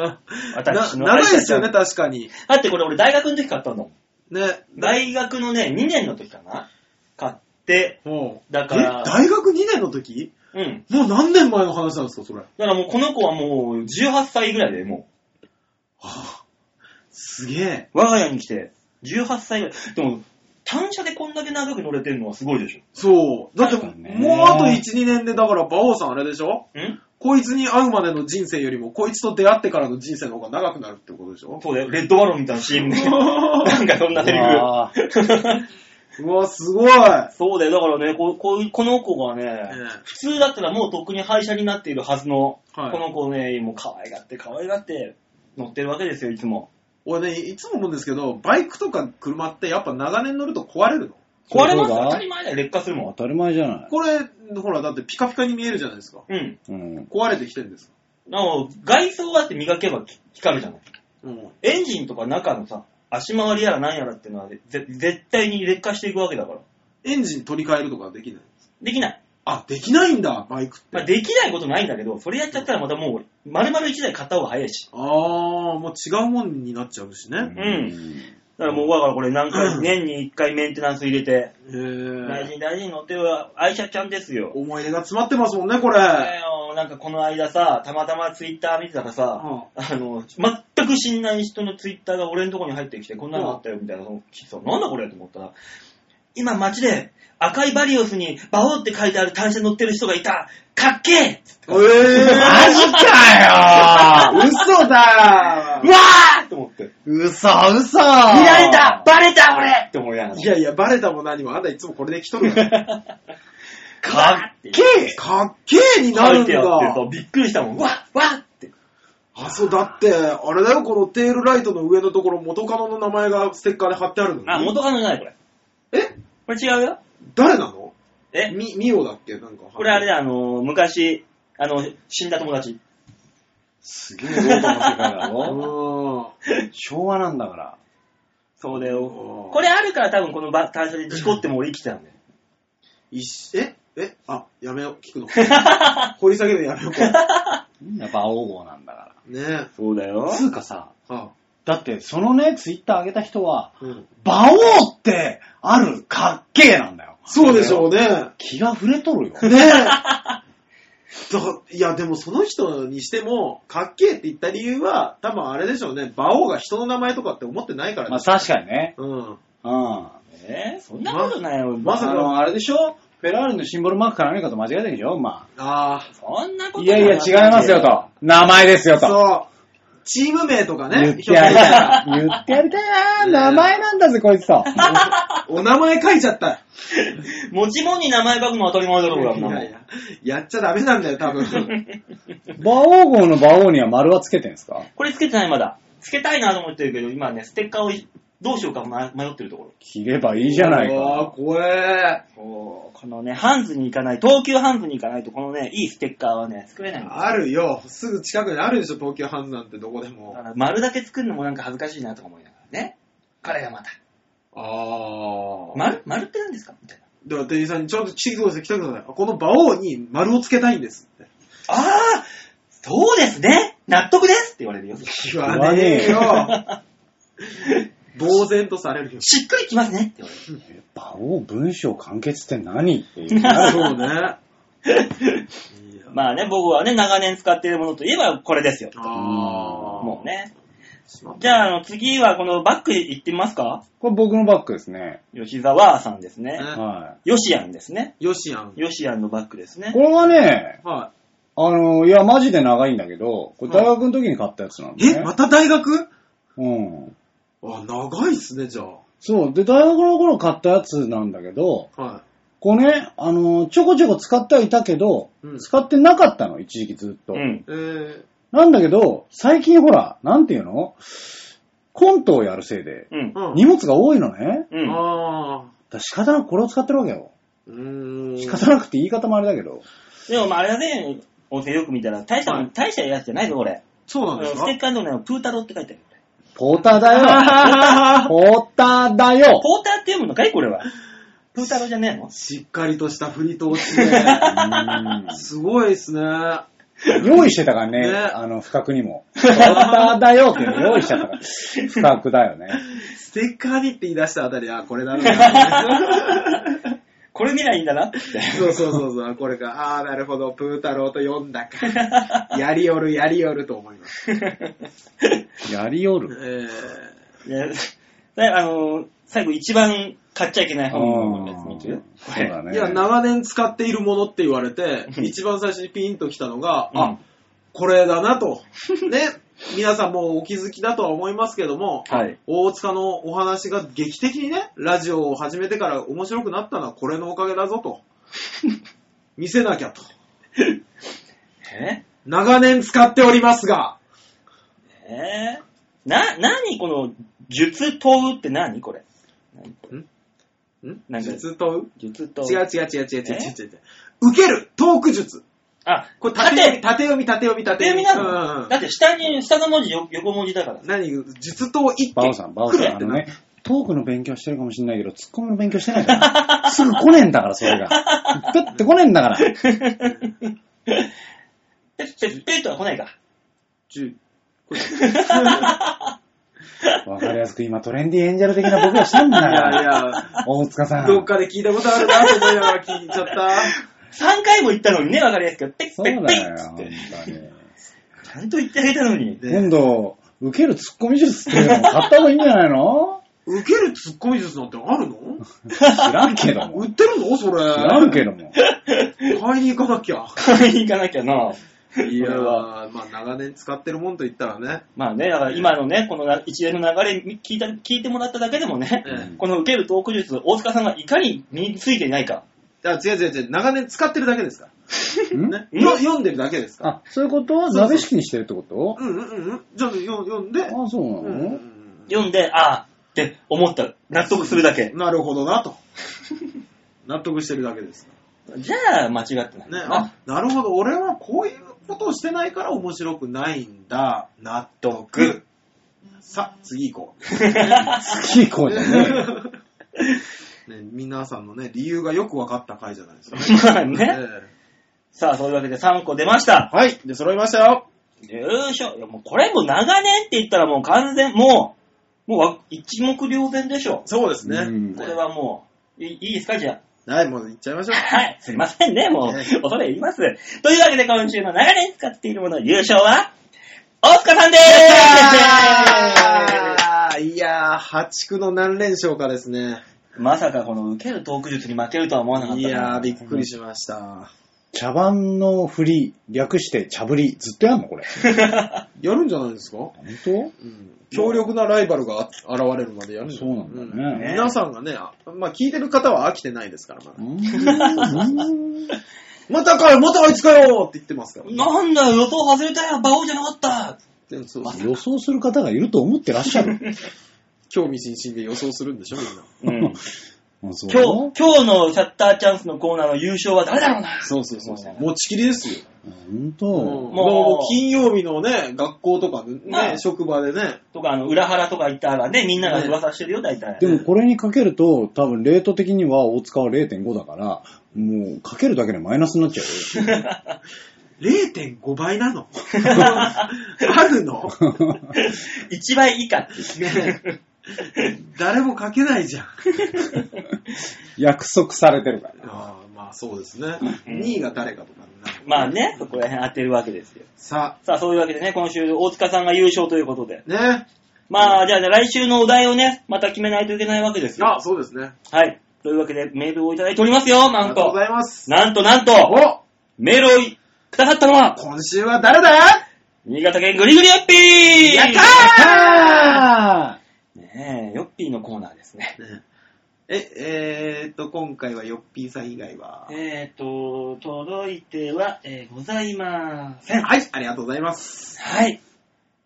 な私の長いですよね、確かに。だってこれ俺大学の時買ったの。ね。大学のね、2年の時かな買って、もうだからえ大学2年の時うん。もう何年前の話なんですか、それ。だからもうこの子はもう18歳ぐらいでもすげえ。う、我が家に来て、18歳ぐらい。でも、単車でこんだけ長く乗れてるのはすごいでしそう。だって、確かにねもうあと1、2年で、だから、馬王さんあれでしょょ。んこいつに会うまでの人生よりも、こいつと出会ってからの人生の方が長くなるってことでしょそうだよ。レッドバロンみたいな CM で。なんかそんなセリフ。あーうわ、すごい。そうだよ。だからね、ここういうこの子がね、え普通だったらもうとっくに廃車になっているはずの、はいこの子をね、もう可愛がって可愛がって乗ってるわけですよ、いつも。俺ね、いつも思うんですけど、バイクとか車ってやっぱ長年乗ると壊れるの壊れますよそうだ当たり前だよ、劣化するも当ん。たり前じゃない。これ、ほら、だってピカピカに見えるじゃないですか。うん。うん。壊れてきてるんですかなお、外装だって磨けば光るじゃない。うん。エンジンとか中のさ、足回りやらなんやらっていうのはぜ絶対に劣化していくわけだから。エンジン取り替えるとかできない。できない。あ、できないんだ、バイクって。まあ、できないことないんだけど、それやっちゃったらまたもう、丸々1台買った方が早いし。あー、もう違うもんになっちゃうしね。だからもう、だからこれ何回、年に1回メンテナンス入れて、えー大事に大事に乗っては愛車ちゃんですよ。思い出が詰まってますもんね、これ。ねあのなんかこの間さ、たまたまツイッター見てたらさ、あの、全く知んない人のツイッターが俺のとこに入ってきて、こんなのあったよみたいなのを聞いてさ、なんだこれと思ったら、今街で赤いバリオスにバオって書いてある単車乗ってる人がいたかっけええー、マジかよ嘘だうわーと思って、嘘嘘見られたバレた俺って思いながいら。やいや、バレたも何も、あんたいつもこれで 来とるやんかっけえかっけえにな書るいんてあってださ、。びっくりしたもん。わっわっって。あ、そう、だって、あれだよ、このテールライトの上のところ、元カノの名前がステッカーで貼ってあるのに。あ、元カノじゃないこれ。えこれ違うよ。誰なのえみ、ミオだっけなんか。これあれ。だ、あの、昔、あの、死んだ友達。すげえロードの世界だうろーん。昭和なんだから。そうだよ。ここれあるから多分このば単車で事故っても俺生きてたんだよ。一しええあ、やめよう、聞くの。掘り下げるのやめよう、これ。やっぱ青号なんだかねそうだよら。つうかさ、え。あ、だってそのね、ツイッター上げた人は、うん。馬王ってあるかっけえなんだよ。そうでしょうね。ね気が触れとるよ。 え。だいや、でもその人にしても、かっけえって言った理由は、多分あれでしょうね。馬王が人の名前とかって思ってないからまあね。確かにね。うん。うん。えーそんなことないよ。まさかあの、あれでしょフェラーリのシンボルマークか何かと間違えてるでしょまあそんなこあ。といやいや、違いますよ。と。名前ですよあ。と。そう。チーム名とか言ねっ、てやり たい。言ってやりたいな。名前なんだぜ、こいつと。お名前書いちゃった。持ち物に名前書くのは当たり前だろうが、いこんなもやんいや、やっちゃダメなんだよ、多分。馬王号の馬王には丸はつけてんすかこれつけてないまだ。つけたいなと思ってるけど、今ね、ステッカーをいどうしようかま迷ってるところ。切れば いいじゃないうわかー。怖え。このね、ハンズに行かない、東急ハンズに行かないと、このね、いいステッカーはね、作れないんだよあるよ。すぐ近くにあるでしょ、東急ハンズなんてどこでだもか。ら丸だけ作るのもなんか恥ずかしいなとか思いながらね。彼がまた。ああ。丸丸って何ですかみたいな。では店員さんにちょっと来てください、来てください。この馬王に丸をつけたいんですって。ああそうですね納得ですって言われるよ。し言わねえよ。呆然とされ る よ。っくりきますねって言われる。え馬王文章完結って何っていう。 そうね。いやまあね、僕はね、長年使っているものといえばこれですよ。あーもうね。しまっじゃあ、あの、次はこのバック行ってみますかこれ僕のバッグですね。吉沢さんですねた。ねはヨシアンですね。よしやん。ヨシアンのバッグですい。ねこ。れはね、はあの、いや、マジで長いんだけど、これ大学の時に買ったやつなんい。でえ、ねま。た大学うん。あ、長いっすね、じゃそう。で、大学の頃買ったやつなんだけど、あ。はこうね、あの、ちょこちょこ使ってはいたけど、うん使ってなかったの、一時期ずっと。うん。い。えー、なんだけど、最近ほら、なんていうのコントをやるせいで、うん。うん。荷物が多いのね。うん。あだから仕方なくこれを使ってるわけよ。ー。うーん。仕方なくって言い方もあれだけど。でも、まあ、あれだね、音声よく見たら、大したもん、はい大したやつじゃないぞ、これ。そうなんですスかテッカーのね、プータロって書いてある。ポーターだよポーターだよポーターって読むのかいこれは。プータロじゃねえのしっかりとした振り通しうで。ーんすごいですね。用意してたからね、ねあの、不覚にも。ポーターだよっていうの用意してたから。不覚だよね。ステッカーにって言い出したあたり、あ、これだな。これ見りゃいいんだな。そうそうそうそう、これか。あーなるほど、プー太郎と読んだか。やりよる、やりよると思います。やりおえる。ー、いやであの最後一番買っちゃいけない本のやつ見てるそこうだれ。ね。いや、長年使っているものって言われて、一番最初にピンときたのが、うあん、これだなと。 ね、皆さんもうお気づきだとは思いますけども、はい。大塚のお話が劇的にね、ラジオを始めてから面白くなったのはこれのおかげだぞと。見せなきゃと。え長年使っておりますが、えー、な、何この、術刀って何これ。んなんか術と術刀。違う違う違う違う違う違う違うえ違う。受けるトーク術。あ、これ縦読み、縦読み、縦読み、縦読み。縦読みなうんうんうんだって下に、下の文字よ横文字だから。何術刀一バ手オさん、バオさくれん、っあてのなね、トークの勉強してるかもしれないけど、ツッコミの勉強してないから。すぐ来ねえんだから、それが。プッて来ねえんだから。ペッペッペッとは来ないか。じゅわかりやすく今、トレンディエンジェル的な僕がしたんだいかやいら。や、大塚さん。どっかで聞いたことあるなと思いながら聞いちゃった。 3回も言ったのにね、わかりやすく。ペッそペッうペだッよ、つっ本当てに。。ちゃんと言ってあげたのに。ね今度、受けるツッコミ術っていうのも買った方がいいんじゃないの受けるツッコミ術なんてあるの知らんけども。売ってるのそれ。知らんけども。買いに行かなきゃ。買いに行かなきゃな。いやこれー、はまあ長年使ってるもんと言ったらね。まあね、だから今のね、この一連の流れみ聞いた、聞いてもらっただけでもね、ええこの受けるトーク術、大塚さんがいかに身についていないか。あ違う違う違う、長年使ってるだけですかんら。ね、よ読んでるだけですから。あ、そういうことは鍋式にしてるってことうんうんうん。じゃあよ読んで、あ、そうなうんうんの読んで、ああって思った。納得するだけう。んなるほどなと。納得してるだけです。じゃあ、間違ってない。ね、ああ、なるほど、俺はこういうことをしてないから面白くないんだ。納得。さ、次行こ月以降じゃねう。 ね、皆さんのね、理由がよく分かった回じゃないですか、まあね。ええさあ、そういうわけで3個出ました。はい、で、揃いましたよ。よいしょ。いやもうこれもう長年って言ったらもう完全、もう、もうわ一目瞭然でしょ。そうですね。うんこれはもう、いいいですかじゃあ。はい、もう行っちゃいましょう。はい。すいませんね、もうね、恐れ入ります。というわけで今週の長年使っているもの優勝は、大塚さんでーいやー、破竹の何連勝かですね。すまさかこの受けるトーク術に負けるとは思わなかったいな。やー、びっくりしました。茶番の振り、略して茶ぶり、ずっとやんのこれ。やるんじゃないですか本うん強力なライバルが現れるまでやるん当じゃそないうなんだね。皆さんがね、あまあ聞いてる方は飽きてないですから、まだう。んまたかよまたあいつかよって言ってますから、ね。なんだよ、予想外れたよ、馬王じゃなかった。でそうま 予想する方がいると思ってらっしゃる。興味津々で予想するんでしょ、みんな。うん、 あそう今日、今日のシャッターチャンスのコーナーの優勝は誰だろうな。そうそうそう持ちきりですよ。本うん当。だからもう金曜日のね、学校とかね、まあ職場でね。とか、あの、裏腹とか行ったらね、みんなが噂してるよ、大体で。もこれにかけると、多分レート的には大塚は0.5だから、もうかけるだけでマイナスになっちゃう よ。 0.5倍 なのある の一倍以下っていうね誰も書けないじゃん。約束されてるから。あーまあそうですね。うん2位が誰かとかになる まあね、そこら辺当てるわけですよ。ささあ、そういうわけでね、今週、大塚さんが優勝ということで。あ、ね。まあ、じゃあ、来週のお題をね、また決めないといけないわけですよ。あ、そうですね。はい。というわけで、メールをいただいておりますよ、あなりんがとうとご。ざいます。なんとなんと、おメールをくださったのは、今週は誰だ新潟県グリグリヨッピーやったあねえ、ヨッピーのコーナーですね。ねえ、えー、っと、今回はヨッピーさん以外は。えっ、と、届いては、えーございません。はい、ありがとうございます。はい。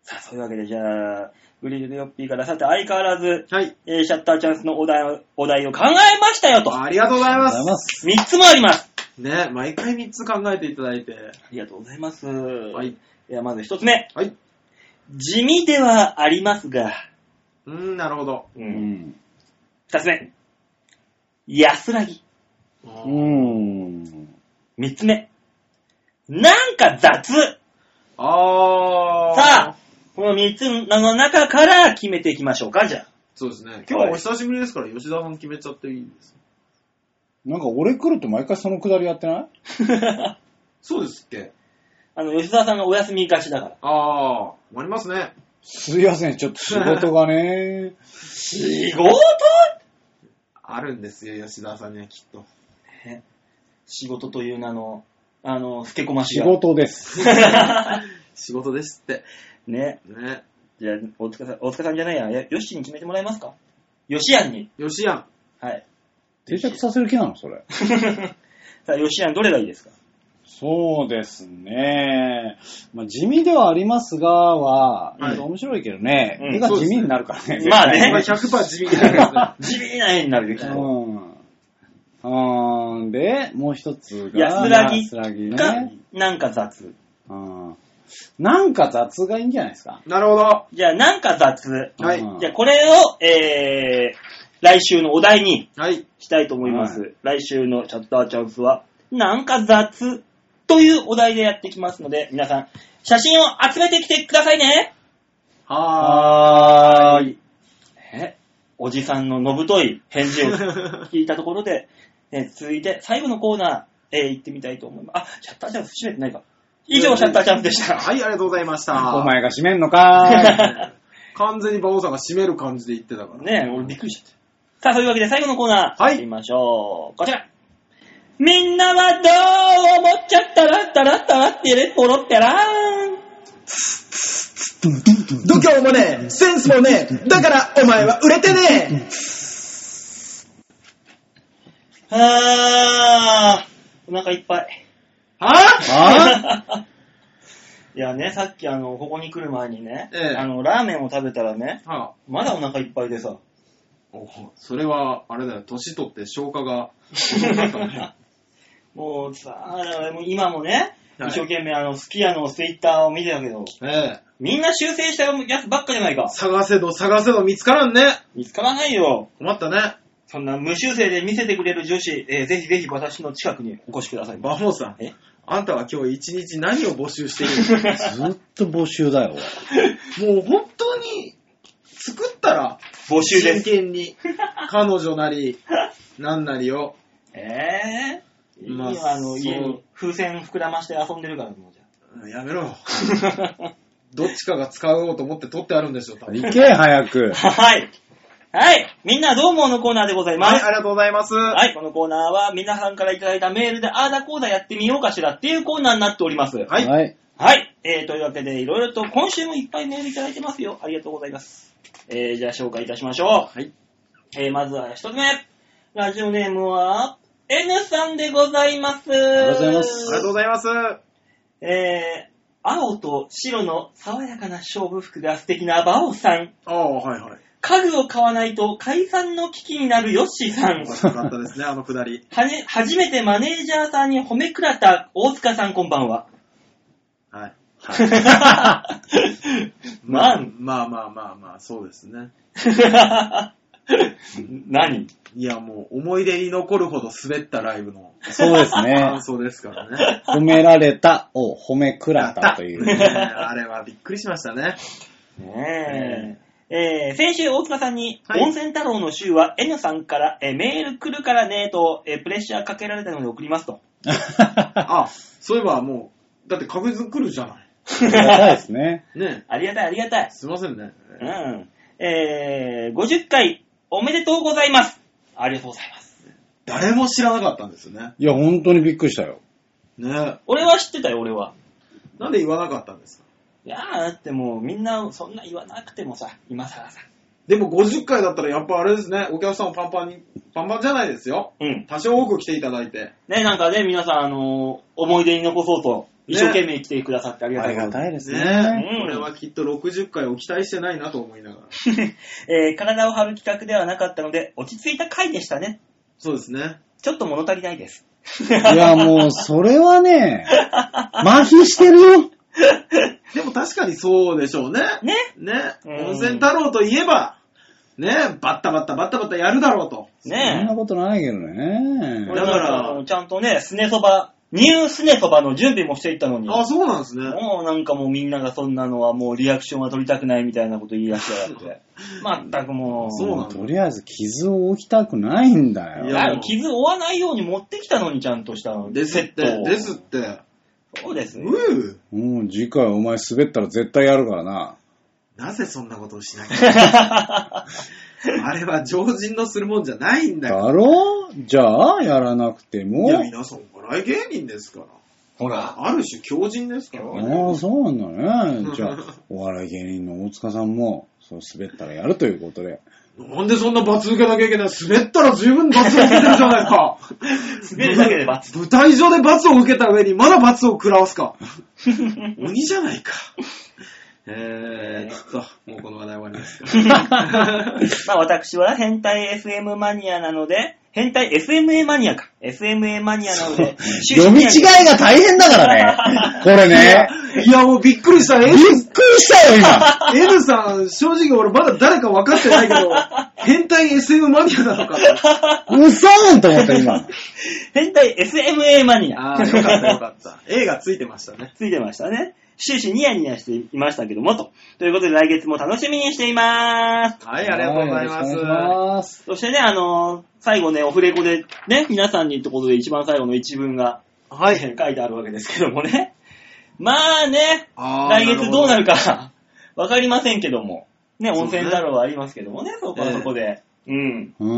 さあ、そういうわけで、じゃあ、グリグリヨッピーからさて、相変わらず、はい、えーシャッターチャンスのお題をお題を考えましたよと。ありがとうございりがまとうございす。ます。 3つもあります。ね、毎回3つ考えていただいて。ありがとうございます。は。はいでは、まず1つ目。はい。地味ではありますが、うーん、なるほど。うう。ん。 2つ目。安らぎ。うーん。 3つ目。なんか雑あー。さあ、この3つの中から決めていきましょうか、じゃあ。そうですね。今日はお久しぶりですから、吉田さん決めちゃっていいです。なんか俺来ると毎回そのくだりやってないそうですっけ あの、吉沢さんがお休みがちだから。あー、終わりますね。すいません、ちょっと仕事が ね。仕事あるんですよ、吉田さんにはきっと。仕事という名の、あの、ふけこまし仕が。事です。仕事ですって。 ね。ね。じゃあ、大塚さん、大塚さんじゃないや、いやヨッシーに決めてもらえますかヨシアンに。吉やん。はい。 定着させる気なのそれ。さあ、ヨシアンどれがいいですかそうですね。まあ、地味ではありますが、は、はい面白いけどね。うん絵が地味になるからね。まあねまあ100%地味にな りますね。地味な絵になるよ、きっとうん。あーんで、もう一つが、安らぎ安らぎね。かなんか雑。うん。なんか雑がいいんじゃないですか。なるほど。じゃあ、なんか雑。はいうんじゃあ、これを、えー、来週のお題にはい。したいと思います。は来週のチャッターチャンスは、なんか雑というお題でやってきますので、皆さん、写真を集めてきてくださいね。ははーい。えおじさんののぶとい返事を聞いたところで、 え続いて最後のコーナー、えー行ってみたいと思います。あ、シャッターチャンス閉めてないか。以上、シャッターチャンスでした。はい、ありがとうございました。お前が閉めんのか 完全に馬王さんが締める感じで言ってたから。ねえ、俺びっくりしちゃった。さあ、そういうわけで最後のコーナー、はい行きましょう。こちら。みんなはどう思っちゃったら、たらたらってれ、ポロってらーん。度胸もねえ、センスもねえ、だからお前は売れてねあー、お腹いっぱい。えはあ いやね、さっきあの、ここに来る前にね、ええあの、ラーメンを食べたらね、あまだお腹いっぱいで さ、おそれは、あれだよ、年取って消化が遅くなったもんね。もうさ、あれもう今もね、はい一生懸命あの、スキヤのツイッターを見てたけど、ええみんな修正したやつばっかじゃないか。探せど探せど見つからんね。見つからないよ。困ったね。そんな無修正で見せてくれる女子、えーぜひぜひ私の近くにお越しください。馬王さんえ、あんたは今日一日何を募集している ーずっと募集だよ。のもう本当に、作ったら、募集で真す。剣に、彼女なり、なんなりを。えー、まあいいよあの、家そうに風船膨らまして遊んでるから、もうじゃやめろ。 どっちかが使おうと思って取ってあるんでしょ、多分。行け、早く。あはい。はい。みんなどうものコーナーでございまはい、す。ありがとうございます。は。はいい。このコーナーは皆さんからいただいたメールで、あーだこーだやってみようかしらっていうコーナーになっております。はい。はいはい。えー、というわけで、いろいろと今週もいっぱいメールいただいてますよ。ありがとうございます。えー、じゃあ紹介いたしましょう。えー、まずは一つ目。ラジオネームは、N さんでございます。ありがとうございまあすりがとうございます。えー、青と白の爽やかな勝負服が素敵なバオさん。ああ、はいはい。家具を買わないと解散の危機になるヨッシーさ ん面。白かったです ね、あのくだり。はね、初めてマネージャーさんに褒めくらった大塚さんこんばん は。はい。まあ、まあまあまあまあ、そうですね。 何いや、もう思い出に残るほど滑ったライブのそうですね感。想ですからね。褒められたを褒めくらったといね う。あれはびっくりしましたね。ねえ。えー先週大塚さんに、はい温泉太郎の週は N さんから、えーメール来るからねと、えープレッシャーかけられたので送ります と。 あ、そういえばもう、だって確実に来るじゃない。そうですね。ねありがたいありがたい。すいませんね。うん。えー50回おめでとうございます。ありがとうございます。誰も知らなかったんですよね。いや、本当にびっくりしたよ。ね俺は知ってたよ、俺は。なんで言わなかったんですかいやー、だってもうみんなそんな言わなくてもさ、今更さ。でも50回だったらやっぱあれですね、お客さんをパンパンに、パンパンじゃないですよ。うん。多少多く来ていただいて。ね、なんかね、皆さん、あのー思い出に残そうと、一生懸命来てくださってありがあたりいことがでたいですねね。うんこれはきっと60回を期待してないなと思いながら。 えー体を張る企画ではなかったので、落ち着いた回でしたね。そうですね。ちょっと物足りないです。いや、もう、それはね、麻痺してるよ。でも確かにそうでしょうね。ねね。うん温泉太郎といえば、ね、バッタバッタバッタバッタやるだろうと。そんなねことないけどえ。ね。俺だだかからら、ちゃんとね、すねそば、ニューすねそばの準備もしていったのに。あ、そうなんですね。もうなんかもうみんながそんなのはもうリアクションは取りたくないみたいなこと言い出しやがって。まったくもう。そうなのとりあえず傷を負いたくないんだいよ。やあ傷負わないように持ってきたのにちゃんとしたですっセットて、をですって。そうですね。ううもう次回お前滑ったら絶対やるからな。なぜそんなことをしなきゃ あれは常人のするもんじゃないんだよ。だろじゃあ、やらなくてもい。や、皆さん、お笑い芸人ですから。ほら。ある種、強人ですからああ、ね。そうなんだね。じゃあ、お笑い芸人の大塚さんも、そう滑ったらやるということで。なんでそんな罰受けなきゃいけない滑ったら十分罰を受けてるじゃないか。滑るだけで罰。舞台上で罰を受けた上にまだ罰を食らわすか。鬼じゃないか。えー、っと、もう この話題終わりですか。まあ私は変態 FM マニアなので、変態 SMA マニアか。SMA マニアなので、終始読み違宮城いが大変だからね。こ れね。いや、もうびっくりした。び N, っくりしたよ、今。 N さん、正直俺まだ誰か分かってないけど、変態 SM マニアなのかな。嘘ーんと思った、今。変態 SMA マニア。 ああ、よかったよかった。A がついてましたね。 ついてましたね。終始ニヤニヤしていましたけども、と。ということで来月も楽しみにしています。はい、ありがとうございます。はよろしくお願いします。そしてね、あのー最後ね、オフレコで、ね、皆さんにってことで一番最後の一文がは 書い。てあるわけですけどもね。まあね、あー来月どうなるるかわかりませんけども。ね、そうね温泉太郎はありますけどもね、そこはそこで。うん。うん。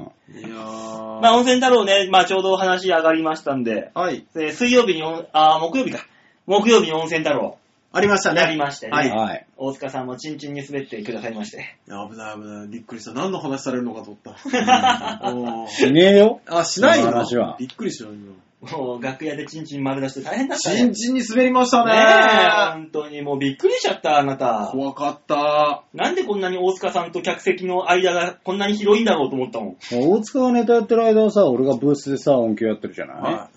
ほどいやまあー温泉太郎ね、まあちょうどお話上がりましたんで、はい。えー水曜日におん、あー、木曜日か。木曜日に温泉太郎ありましたね。やりましてね。はいはい。大塚さんもチンチンに滑ってくださいまして。いや危ない危ない。びっくりした。何の話されるのかと思った。 おーしねえよ。あ、しないのその話はびっくりしたよ、今。もう楽屋でチンチン丸出して大変だったチンチンに滑りましたねえ、ね。本当にもうびっくりしちゃった、あなた。怖かった。なんでこんなに大塚さんと客席の間がこんなに広いんだろうと思ったもん。 大塚がネタやってる間はさ、俺がブースでさ、音響やってるじゃない、は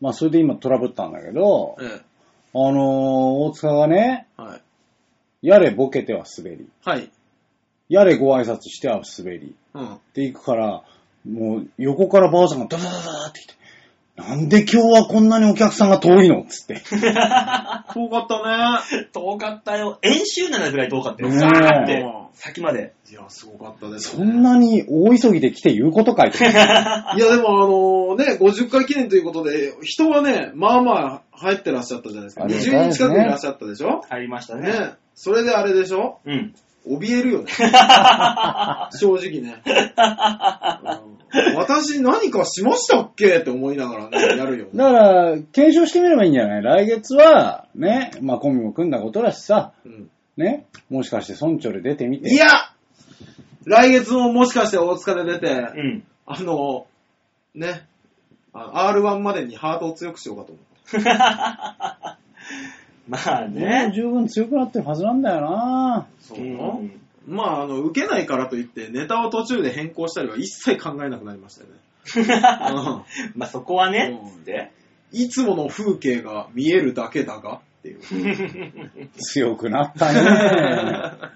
まあ、それで今トラブったんだけどい。、えあのー、大塚がね、えはい。やれボケては滑り、はい。やれご挨拶しては滑り、うん。っていくから、もう横からばあさんがダダダダって来て、なんで今日はこんなにお客さんが遠いのっつって。怖かったね。遠かったよ。演習ならぐらい遠かったよ。ねえさーって、先まで。いや、すごかったです、そんなに大急ぎで来て言うことかいって。いや、でもあのね、50回記念ということで、人はね、まあまあ入ってらっしゃったじゃないですか。ありがたい20で人すね近くいらっしゃったでしょありましたね。ね。それであれでしょうん。怯えるよ ね。正直ね。うん私何かしましたっけって思いながらね、やるよね。だから、検証してみればいいんじゃない来月は、ね、まあコンビも組んだことだしさ、うんね、もしかして村長で出てみて。いや来月ももしかして大塚で出て、うん。 あの、ね、あ R1 までにハートを強くしようかと思う。まあもうね。十分強くなってるはずなんだよなそううなのんまあ、あの、受けないからといって、ネタを途中で変更したりは一切考えなくなりましたよね。う まあそこはねうつん、って。んいつもの風景が見えるだけだがっていう。強くな ったね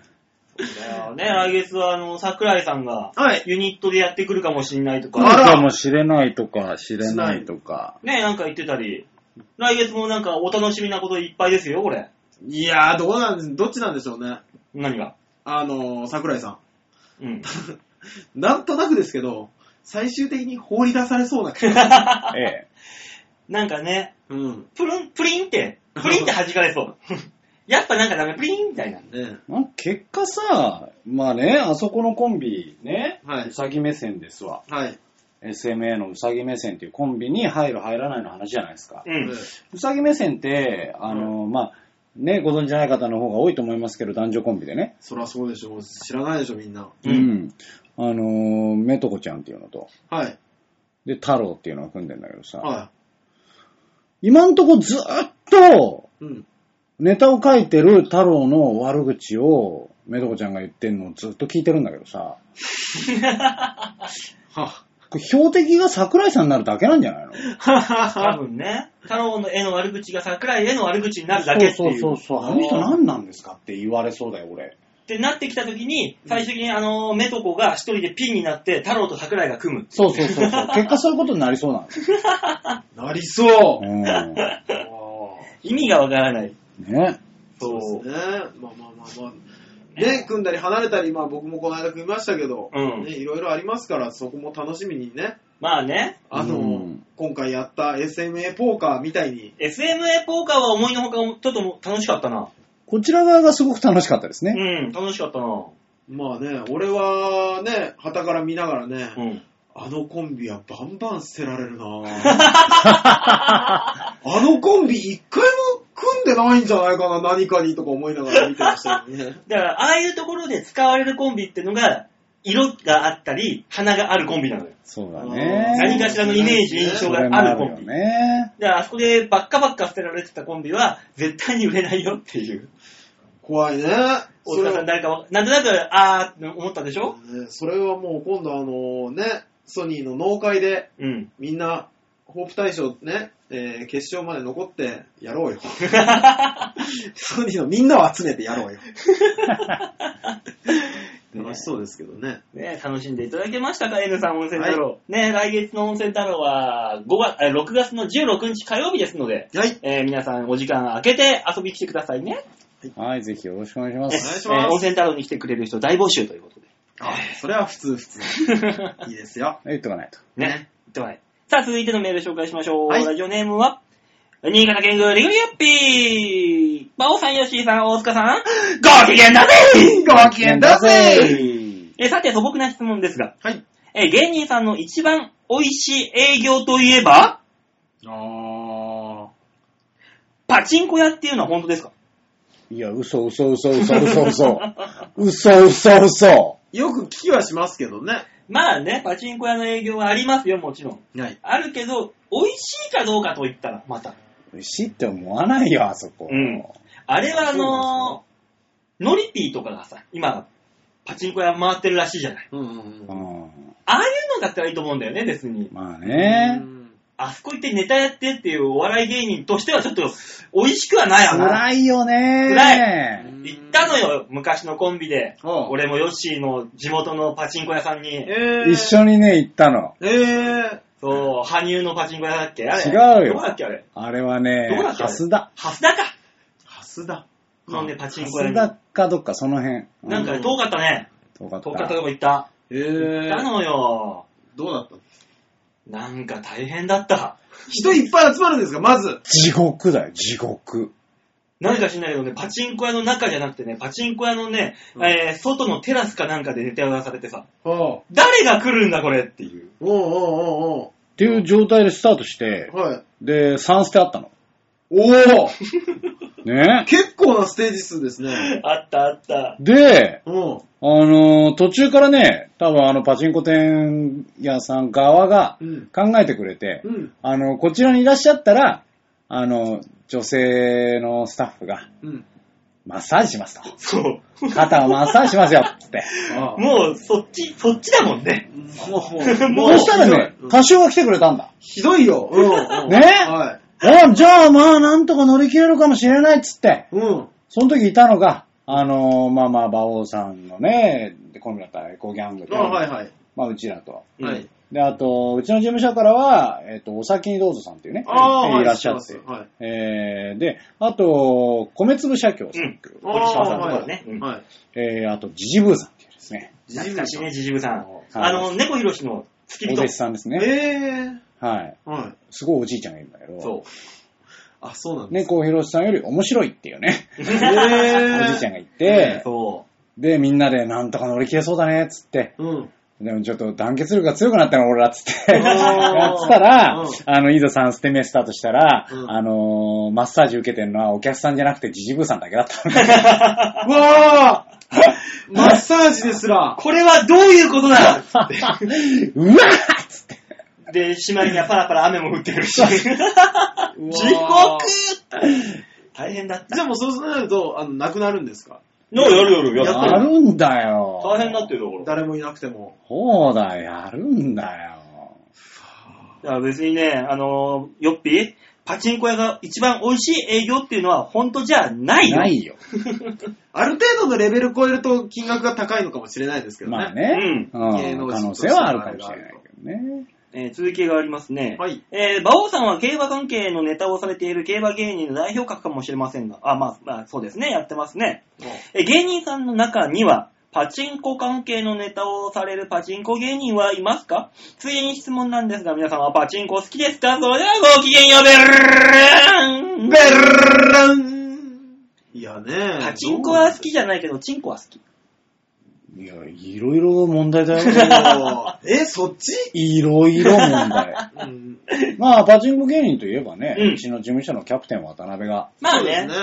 だよね、来月はあの、桜井さんが、はい。ユニットでやってくるかもしんないとあか、るかもしれないとか、知れないとか。ね、なんか言ってたり、来月もなんかお楽しみなこといっぱいですよ、これ。いやー、どうなん、どっちなんでしょうね。何が。あのー、桜井さうん。ん。なんとなくですけど、最終的に放り出されそうな 気が。えなんかね、うん。プルン、プリンって、プリンって弾かれそう。やっぱなんかダメ、プリンみたいな。ねえ。まあ結果さ、まあね、あそこのコンビね、はうい。さぎ目線ですわ。はい。 SMA のうさぎ目線っていうコンビに入る入らないの話じゃないですか。うん。うさぎ目線って、あの、まあ、ね、ご存知ない方の方が多いと思いますけど、男女コンビでね。そりゃそうでしょう。知らないでしょ、みんな。うんうん。あの、めとこちゃんっていうのと、はい。で、太郎っていうのが組んでんだけどさ、は今んとこずっと、い。うん。ネタを書いてる太郎の悪口を、めとこちゃんが言ってんのをずっと聞いてるんだけどさ、はこれ標的が桜井さんになるだけなんじゃない の多は分ね、太郎の絵の悪口が桜井への悪口になるだけってそういそうう。そうそう。あの人何なんですかって言われそうだよ、俺。ってなってきた時に、最終的にあの、メトコが一人でピンになって、太郎と桜井が組む。そうそうそうそう。 結果そういうことになりそうなん ですよ。なりそう う。ん。ね。あー意味がわからない。そうそですね。まあまあまあまあ。ね、組んだり離れたり、まあ僕もこの間組みましたけど、うんね、いろいろありますから、そこも楽しみにね、まあね、あの、うん今回やった SMA ポーカーみたいに、 SMA ポーカーは思いのほか、ちょっとも楽しかったな。こちら側がすごく楽しかったですうね。ん、楽しかったな。まあね、俺はね、旗から見ながらね、うん。。あのコンビはバンバン捨てられるなぁあのコンビ一回も組んでないんじゃないかな、何かにとか思いながら見てましたよねだから、ああいうところで使われるコンビってのが、色があったり、花があるコンビなのよ。そうだうねん。何かしらのイメージ、印象そがれもあるるコよンビ。ね。だから、あそこでばっかばっか捨てられてたコンビは、絶対に売れないよっていう。怖いね。大それ塚さん、誰かわ、なんとなく、あーって思ったでしょねそれはもう今度あのね、ソニーの農会で、うん。みんな、ホープ大賞ね、えー決勝まで残ってやろうよ。ソニーのみんなを集めてやろうよ。楽しそうですけどね。ね楽しんでいただけましたか ?N さん温泉太郎。ね来月の温泉太郎は、5月、え6月の16日火曜日ですので、はい。えー皆さんお時間空けて遊びに来てくださいね。はい、ぜひよろしくお願いしまえお願いす。しますえー温泉太郎に来てくれる人大募集ということで。あ、それは普通普通。いいですよ。言っとかないと。ね。言ってもない。さあ、続いてのメール紹介しましょう。はいラジオネームは、新潟県軍リグリッピー馬王さん、ヨッシーさん、大塚さん、ご機嫌だぜご機嫌だぜえさて、素朴な質問ですが、はい。え芸人さんの一番美味しい営業といえば、あパチンコ屋っていうのは本当ですかいや、嘘嘘嘘嘘嘘嘘。嘘嘘嘘。ー。よく聞きはしますけどね。まあね、パチンコ屋の営業はありますよ、もちろん。はい。あるけど、美味しいかどうかと言ったら、また。牛って思わないよ、あそこ。うんあれはあのー、ノリピーとかがさ、今、パチンコ屋回ってるらしいじゃない。うんうんううん。んああいうのだったらいいと思うんだよね、別に。まあね。あそこ行ってネタやってっていうお笑い芸人としてはちょっと美味しくはないわな。辛いよね。辛い行ったのよ、昔のコンビで。あ俺もヨッシーの地元のパチンコ屋さんに、えー、一緒にね、行ったの。えー、そう、羽生のパチンコ屋だっけあれ違うよどこだっけあれあれはねどこだっ、けハスダ。ハスダかハスだ。のね、パチハンコ屋スに。ダかどっか、その辺。うなんかね遠かったね。遠かっ遠かったたと。こ行った。え行ったー、のよ。どうだったのなんか大変だった。人いっぱい集まるんですか、まず。地獄だよ、地獄。なぜか知んないけどね、パチンコ屋の中じゃなくてね、パチンコ屋のね、うんえー外のテラスかなんかでネタを出されてさ、はあ、誰が来るんだこれっていう。おうおうおうっていう状態でスタートしておう、はい。で、3ステあったの。おおね。結構なステージ数です ね。あったあった。で、うん。あのー途中からね、多分あの、パチンコ店屋さん側がうん。考えてくれて、うん。あの、こちらにいらっしゃったら、あの、女性のスタッフが、うん。マッサージしますと。そう。肩をマッサージしますよ、って。ああもう、そっち、そっちだもんね。もう、ももうう、そしたらねうん、歌手が来てくれたんだ。ひどいよ。うんうん。ねはい。あじゃあまあ、なんとか乗り切れるかもしれないっつって。うん。その時いたのが、あのーまあまあ、馬王さんのね、コンビだったらエコギャングあと、はいはい。まあ、うちらと。はい。で、あと、うちの事務所からは、えっ、と、お先にどうぞさんっていうね、ああ、えーはいらっしゃって知。ますはい。えー、で、あと、米粒社協さんっていう、うん堀島さんあとあかねはういんはい。えー、あと、ジジブーさんっていうですね、懐かしいね、ジジブさん。はいあの、猫ひろしの付おき人弟子。さんですね。えはい。ー。はい。すごいおじいちゃんがいるんだけど、そう。あ、そうなんです猫ひろしさんより面白いっていうね、ね。えー。おじいちゃんがいて、そで、みんなでなんとか乗り切れそうだね、つって、うん。でもちょっと団結力が強くなったの、俺らっつって。おーやってたら、うんあの、いざ3ステ目スタートしたら、うんあのーマッサージ受けてるのはお客さんじゃなくてジジブーさんだけだったのね。うわあ マッサージですらう。。これはどういうことだうわーっつって。で、しまいにはパラパラ雨も降ってくるし。 地わ獄大変だった。じゃあもうそうなると、あの、なくなるんですかの、やるやる、やっやてるんだよ。大変だってよ、だから。誰もいなくても。そうだよ、やるんだよ。いや別にね、あのー、よっぴー、パチンコ屋が一番美味しい営業っていうのは本当じゃないよ。ないよ。ある程度のレベル超えると金額が高いのかもしれないですけどね。まあうね。ん。うん芸能人可能性はあるかもしれないけどね。えー続きがありますね。はい。えー、馬王さんは競馬関係のネタをされている競馬芸人の代表格かもしれませんが、あ、まあ、まあ、そうですね、やってますね。えー芸人さんの中には、パチンコ関係のネタをされるパチンコ芸人はいますかついでに質問なんですが、皆さんはパチンコ好きですかそれではごきげんよう、ベルーンベルランいやねパチンコは好きじゃないけど、チンコは好き。いや、いろいろ問題 だよ。 もうえ、そっちいろいろ問題。うん。まあ、パチンコ芸人といえばね、ううんちの事務所のキャプテン渡辺が、まあそうですね、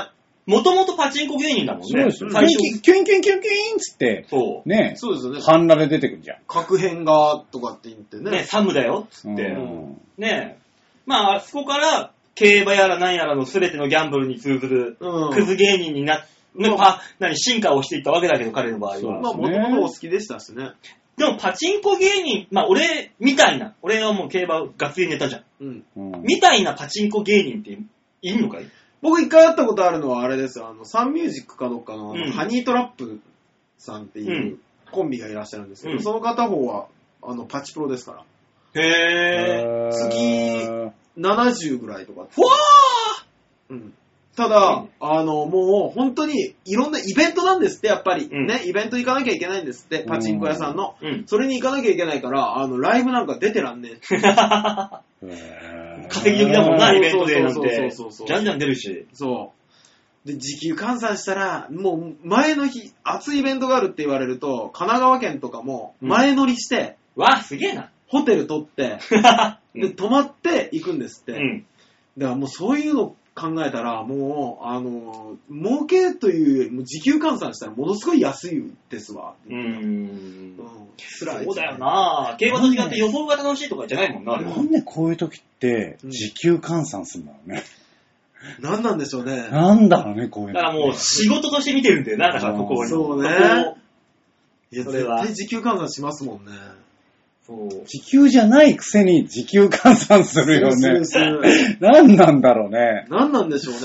もともとパチンコ芸人だもんね。そうですよ。キュ最ン初。キュンキュンキュンキュンキュンっつって、そね、そうですよね。半裸で出てくるじゃん。核変がとかって言ってう。ね、ね。サムだよ、つって。うんねえ。まあ、あそこから、競馬やら何やらの全てのギャンブルに通ずる、うん。クズ芸人になっ、ね、パ何進化をしていったわけだけど、彼の場合そうは。まあ、もともとお好きでしたしね。でもパチンコ芸人、まあ俺みたいな、俺はもう競馬がっつりネタじゃん。うん。うんみたいなパチンコ芸人っているのかい僕一回会ったことあるのはあれですよ。あの、サンミュージックかどっかの、あのうんハニートラップさんっていううコンビがいらっしゃるんですけど、うんその片方は、あの、パチプロですから。へぇー。次70ぐらいとか。ふわうん。ただ、あの、もう、本当に、いろんなイベントなんですって、やっぱり。うんね、イベント行かなきゃいけないんですって、パチンコ屋さんの。ーうん。 それに行かなきゃいけないから、あの、ライブなんか出てらんねえ。稼ぎ時だもんな、へーイベントでなんて。そうそうそうそうそうじゃんじゃん出るし。そう。で、時給換算したら、もう、前の日、熱いイベントがあるって言われると、神奈川県とかも、うん前乗りして、わあ、すげえな。ホテル 取って、うで、ん泊まって行くんですって。うん。だからもうそういうの考えたら、もう、あの、儲けというよりも時給換算したらものすごい安いですわ。うー。うんん。辛い。そうだよ。な競馬と違って予想が楽しいとかじゃないもんな、あれはなんでこういう時って、うん時給換算するんだろうね。何なんでしょうね。なんだろうね、こういうだの。からもう仕事として見てるんだよな、だからここはそうねいや、それ絶は対時給換算しますもんね。そう。時給じゃないくせに時給換算するよすねる。するなんなんだろうね。何なんでし ょうね。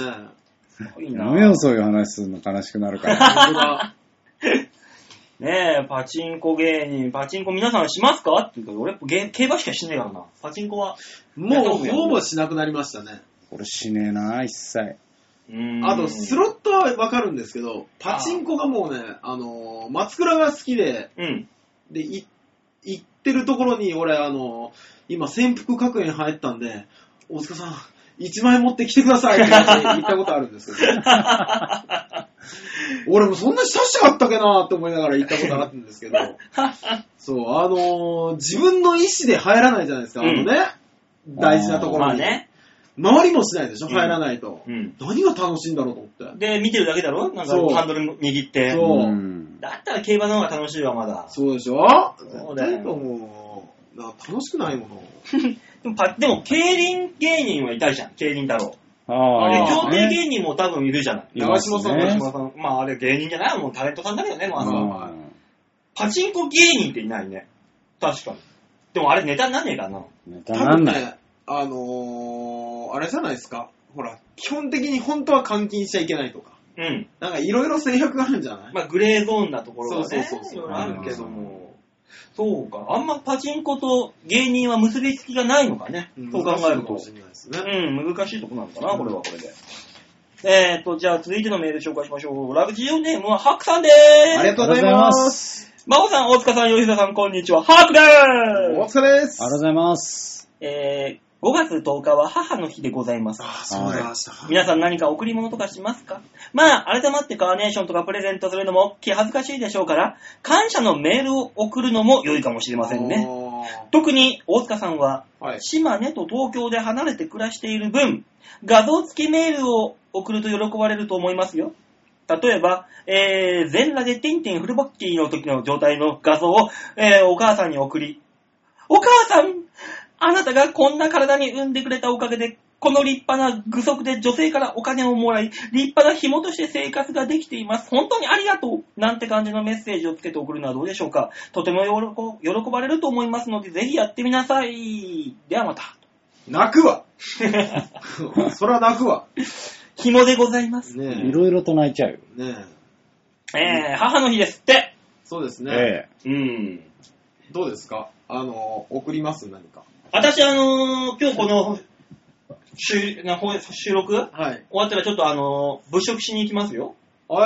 そういいやなめよう、そういう話するの悲しくなるから。本当だ。ねえ、パチンコ芸人、パチンコ皆さんしますかって言うけど、俺ゲ競馬しかしねえからな。パチンコは。もう、ほぼしなくなりましたね。俺死ねえな、一切。。うーんあと、スロットはわかるんですけど、パチンコがもうね、あの、松倉が好きで、うん。で、い行ってるところに、俺、あの、今、潜伏確認入ったんで、大塚さん、1万円持ってきてくださいって言ったことあるん ですけど。俺もそんな親しかったっけなって思いながら行ったことあるんですけど。そう、あのー自分の意思で入らないじゃないですか、あのね。大事なとこまろあに。ね。回りもしないでしょ、うん入らないと。うん。何が楽しいんだろうと思って。で、見てるだけだろなんかそうハンドル握って。そうんだったら競馬の方が楽しいわ、まだ。そうでしょそうだよ絶対もう、な楽しくないもの。でもパ、でも、競輪芸人はいたじゃん。競輪太郎。あであ競あ。艇芸人も多分いるじゃない。います長嶋さんね長長嶋嶋さんまあ、あれ芸人じゃないもうタレントさんだけどね、まあ、さんうんはパチンコ芸人っていないね。確かに。でもあれネタになんねえからな。ネタ多なん分ない。ね、あのー、あれじゃないですか。ほら、基本的に本当は監禁しちゃいけないとか。うん。なんかいろいろ制約があるんじゃな い、まあ、グレーゾーンなところがね、そうそうそうそういろいろあるけども。そうか。あんまパチンコと芸人は結びつきがないのかね。そう考えるかとも。しれないですね。うん、難しいとこなのかな、これはこれで。えーと、じゃあ続いてのメール紹介しましょう。ラブジオネームはハクさんでーす。ありがとうございます。マオさん、大塚さん、吉田さん、こんにちは。ハークでおーす疲れです。ありがとうございます。えー、5月10日は母の日でございます。あそうだ、は明い日。皆さん何か贈り物とかしますかまあ、改まってカーネーションとかプレゼントするのも気恥ずかしいでしょうから、感謝のメールを送るのも良いかもしれませんね。特に大塚さんは、あー。はい。島根と東京で離れて暮らしている分、画像付きメールを送ると喜ばれると思いますよ。例えば、えー、全裸でテンテンフルバッキーの時の状態の画像を、えー、お母さんに送り、お母さんあなたがこんな体に産んでくれたおかげで、この立派な具足で女性からお金をもらい、立派な紐として生活ができています。本当にありがとうなんて感じのメッセージをつけて送るのはどうでしょうかとても喜喜ばれると思いますので、ぜひやってみなさい。ではまた。泣く わ。それは泣くわ。紐でございます。ねいろいろと泣いちゃうよ。え。ねえ。えー、母の日ですって。そうですね。ええ。うん。どうですかあの、送ります何か。私、あのー今日この収なほ収録終はい。わったらちょっとあのー物色しに行きますよ。えカ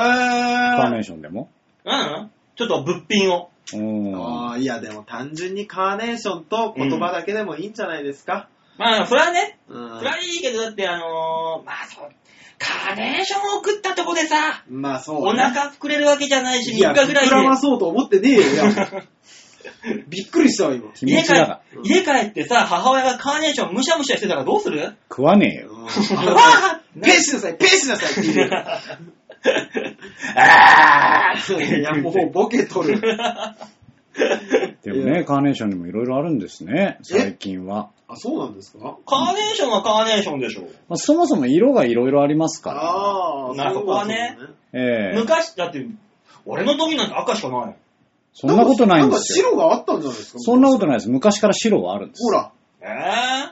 ーーネ。ーションでも。うん。ちょっと物品を。うん。あーいや、でも単純にカーネーションと言葉だけでもいいんじゃないですか。まあ、それはね、うんそれはいいけど、だってあのーまあそう、カーネーションを送ったとこでさ、まあそう、お腹膨れるわけじゃないし、い3や、日ぐらい膨でらまそうと思ってねえよ、いや びっくりしたわ、今。気持ちだが。家帰家帰ってさ、母親がカーネーションむしゃむしゃしてたらどうす る食わねえよ。うわーペーしなさい、ペーしなさいって言うよあー いや、もうボケ取 る。でもいね、やカーネーションにもいろいろあるんですね、最近は。あ、そうなんですかカーネーションはカーネーションでしょ。まあ、そもそも色がいろいろありますかああ、なるほどねそういうことねら。ええ昔、だって、俺の時なんて赤しかない。そんなことないんですなんか白よ。があったんじゃないですかそんなことないです。昔から白はあるんです。ほら、え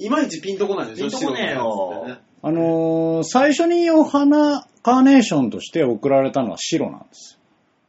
ーいまいちピンとこないでしょ、ピンとこねえよ白のやつってねあのー最初にお花、カーネーションとして送られたのは白なんです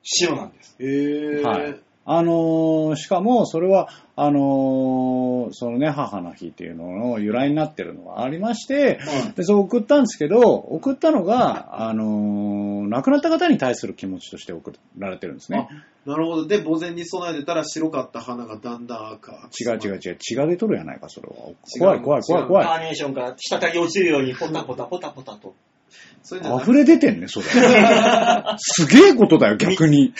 白なんです。へえ。はいあのーしかもそれは、あのーそのね、母の日っていうのの由来になってるのがありまして、で、そう送ったんですけど、送ったのが、あのー亡くなった方に対する気持ちとして送られてるんですね。なるほど。で、墓前に備えてたら白かった花がだんだん赤。違う違う違う、血が出とるやないか、それは。う怖い怖い怖いカ怖い。ーネーションから滴り落ちるようにポタポタポタポタと。それじゃなく溢れ出てん ね、それ。すげえことだよ、逆に。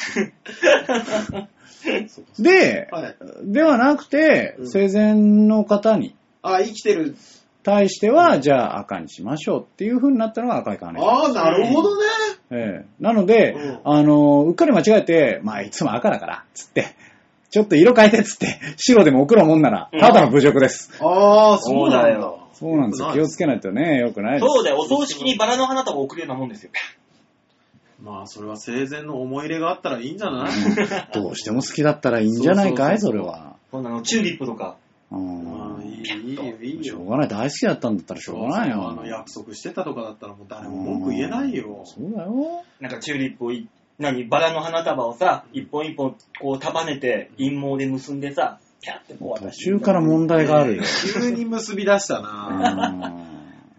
で、はい。ではなくて、うん生前の方にあ、生きてる。対しては、じゃあ赤にしましょうっていう風になったのが赤いカーネーション。ああ、なるほどね。ええなので、うんあの、うっかり間違えて、まあいつも赤だから、つって、ちょっと色変えてっつって、白でも送ろうもんならう、んただの侮辱です。ああ、そうなんだ。そうなんですよ。気をつけないとね、よくないです。そうだよ、お葬式にバラの花束を送るようなもんですよ。まあ、それは生前の思い入れがあったらいいんじゃないうんどうしても好きだったらいいんじゃないかい、そそうそうれそうそうは。こんなのチューリップとか。うんああいいいいよ、いいしょうよ。がない。大好きだったんだったらしょうがないあのよ。約束してたとかだったらもう誰も文句言えないよ。そうだよ。なんかチューリップをい、何、バラの花束をさ、一本一本こう束ねて、陰毛で結んでさ、キャッてこう途中から問題があるよ。急に結び出したな。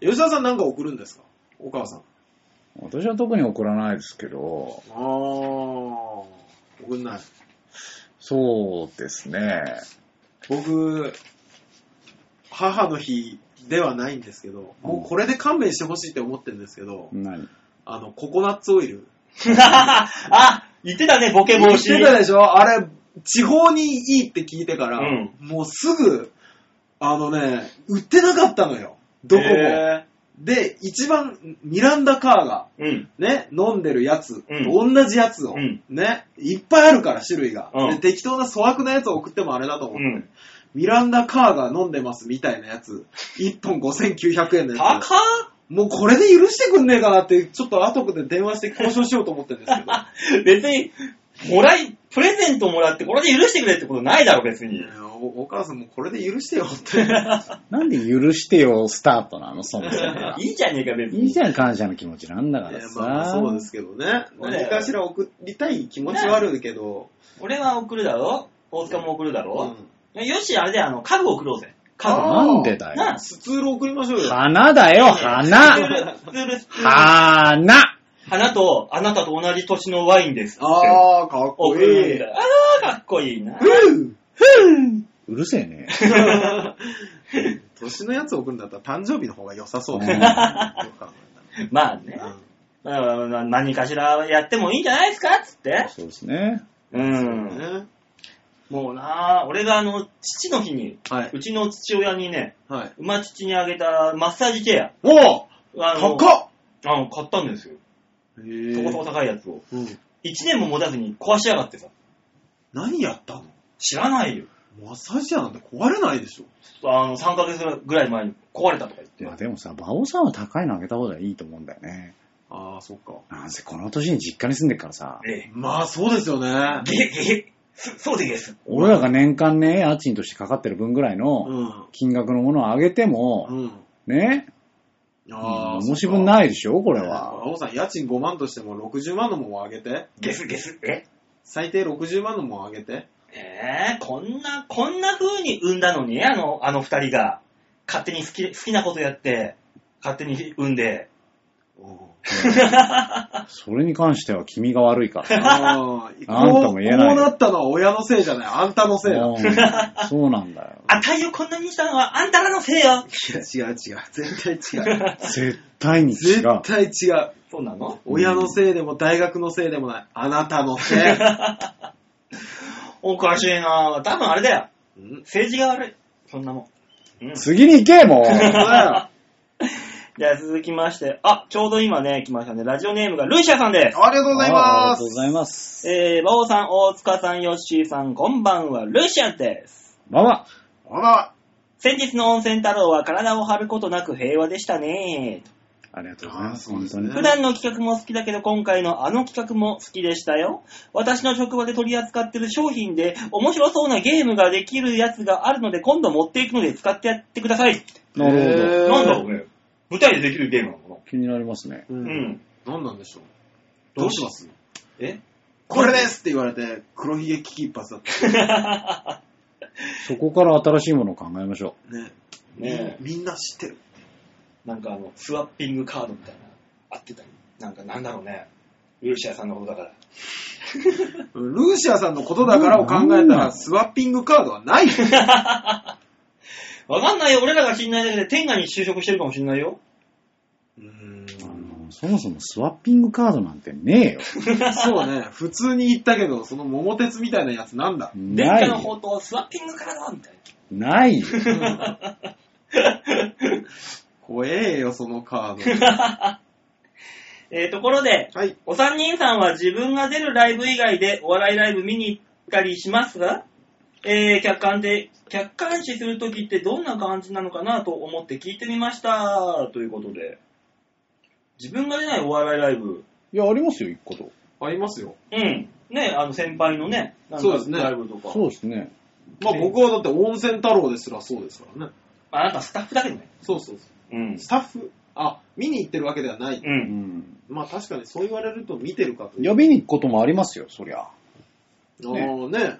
吉田さんなんか送るんですかお母さん。あうん私は特に怒らないですけど、あ、送んない。そうですね。僕、母の日ではないんですけど、もうこれで勘弁してほしいって思ってるんですけど、何あの、ココナッツオイル。 あ、言ってたね、ボケ防止。言ってたでしょあれ、地方にいいって聞いてから、うんもうすぐ、あのね、売ってなかったのよ。どこも。へで、一番、ミランダカーが、ーうん。ね、飲んでるやつ、うん同じやつを、うんね、いっぱいあるから、種類が。うんで適当な粗悪なやつを送ってもあれだと思うう。ん。ミランダカーが飲んでますみたいなやつ、1本5900円のや高つ。もうこれで許してくんねえかなって、ちょっと後で電話して交渉しようと思ってるんですけど。っ別に、もらい、プレゼントもらって、これで許してくれってことないだろ、別に。 おお母さんもこれで許してよ って。なんで許してよスタートなの、そもそもがいいじゃねえか、別に。いいじゃん、感謝の気持ちなんだかいやらさ。 まあまあそうですけどね。そうだ何よかしら送りたい気持ちはあるけど。俺は送るだろ大塚も送るだうろ、ん。よし、あれで、あの、家具送ろうぜ。家具。なんでだよ。なあ、スツール送りましょうよ。花だよ、スツー花ル、スツール、スツール花花と、あなたと同じ年のワインです。あー、かっこ送いるんい。だ。あー、かっこいいな。うんうるせえ ね。年のやつ送るんだったら誕生日の方が良さそうだうね。んよく考まあえねたら。うんまあまあ何かしらやってもいいんじゃないですかつって。そうですね。うん。ねもうなあ俺があの、父の日に、はい。うちの父親にね、はい。馬父にあげたマッサージチェア。おぉあの高っあの買ったんですよ。へそこそこぇ高いやつを。うん。 1年も持たずに壊しやがってさ。何やったの知らないよ。マッサージ屋なんて壊れないでしょ。あの、3ヶ月ぐらい前に壊れたとか言まあって。でもさ、馬王さんは高いのあげた方がいいと思うんだよね。あー、そっか。なんせこの年に実家に住んでっからさ、ええ。まあ、そうですよね。げへげへ。そそうでげす。俺らが年間ね、家賃としてかかってる分ぐらいうのん。金額のものをあげても、うん。ね、あー。申し分い。ないでしょ、ここれ は。王さん、家賃5万としても60万のも上げて。げすげす。え最低60万のも上げて。ええこんな、こんな風に産んだのに、あの、あの二人が。勝手に好き、好きなことやって、勝手に産んで。それに関しては君が悪いから。あー あんたも言えなこうこういなったのは親のせいじゃない。あんたのせいだ。うんそうなんだよ。あたいをこんなにしたのはあんたらのせいよ。違う違う。絶 対違う。絶対に違絶う。対違う。そうなの親のせいでも大学のせいでもない。あなたのせい。 おかしいな多分あれだよ。うん政治が悪い。そんなもん。うん。次に行け、もそうう。だじゃあ続きまして、あ、ちょうど今ね、来ましたね。ラジオネームがルイシャさんです。よありがとうございあありまがとうごす。ざいます。えー、馬王さん、大塚さん、ヨッシーさん、こんばんは、ルイシャです。まあまああら、先日の温泉太郎は体を張ることなく平和でしたね。ありがとうございまあーそす。う本です当ねに。普段の企画も好きだけど、今回のあの企画も好きでしたよ。私の職場で取り扱ってる商品で、面白そうなゲームができるやつがあるので、今度持っていくので使ってやってください。なるほど。えーなんだろうね。舞台でできるゲームなのか気になりますね。う。な。うんん。何なんでしょうどどううししまますすえこれですって言われて、黒ひげ危機一発だった。そこから新しいものを考えましょね。ねえみんな知ってる。なんかあの、スワッピングカードみたいな、あってたり。なんかなんだろうね。ルーシアさんのことだから。ルーシアさんのことだからを考えたら、スワッピングカードはない。わかんないよ。俺らが知んないだけで、天下に就職してるかもしんないよ。うんう。あのそもそもスワッピングカードなんてねえよ。そうね。普通に言ったけど、その桃鉄みたいなやつなんだ。天な下いのよ。宝刀、スワッピングカードみたいな。 ないよ。怖えよ、そのカード。えー、ところで、はい。お三人さんは自分が出るライブ以外でお笑いライブ見に行ったりしますが、えー、客観で、客観視するときってどんな感じなのかなと思って聞いてみました。ということで、自分が出ないお笑いライブ、いや、ありますよ、一個と。ありますよ。うん。ね、あの先輩のね、なんかそうですねライブとか。そうですね。まあね僕はだって温泉太郎ですらそうですからね。まあ、なんかスタッフだけどね。そうそうそううん。。スタッフあ、見に行ってるわけではないううんん。まあ確かにそう言われると見てるかという。呼びに行くこともありますよ、そりゃ。ああね。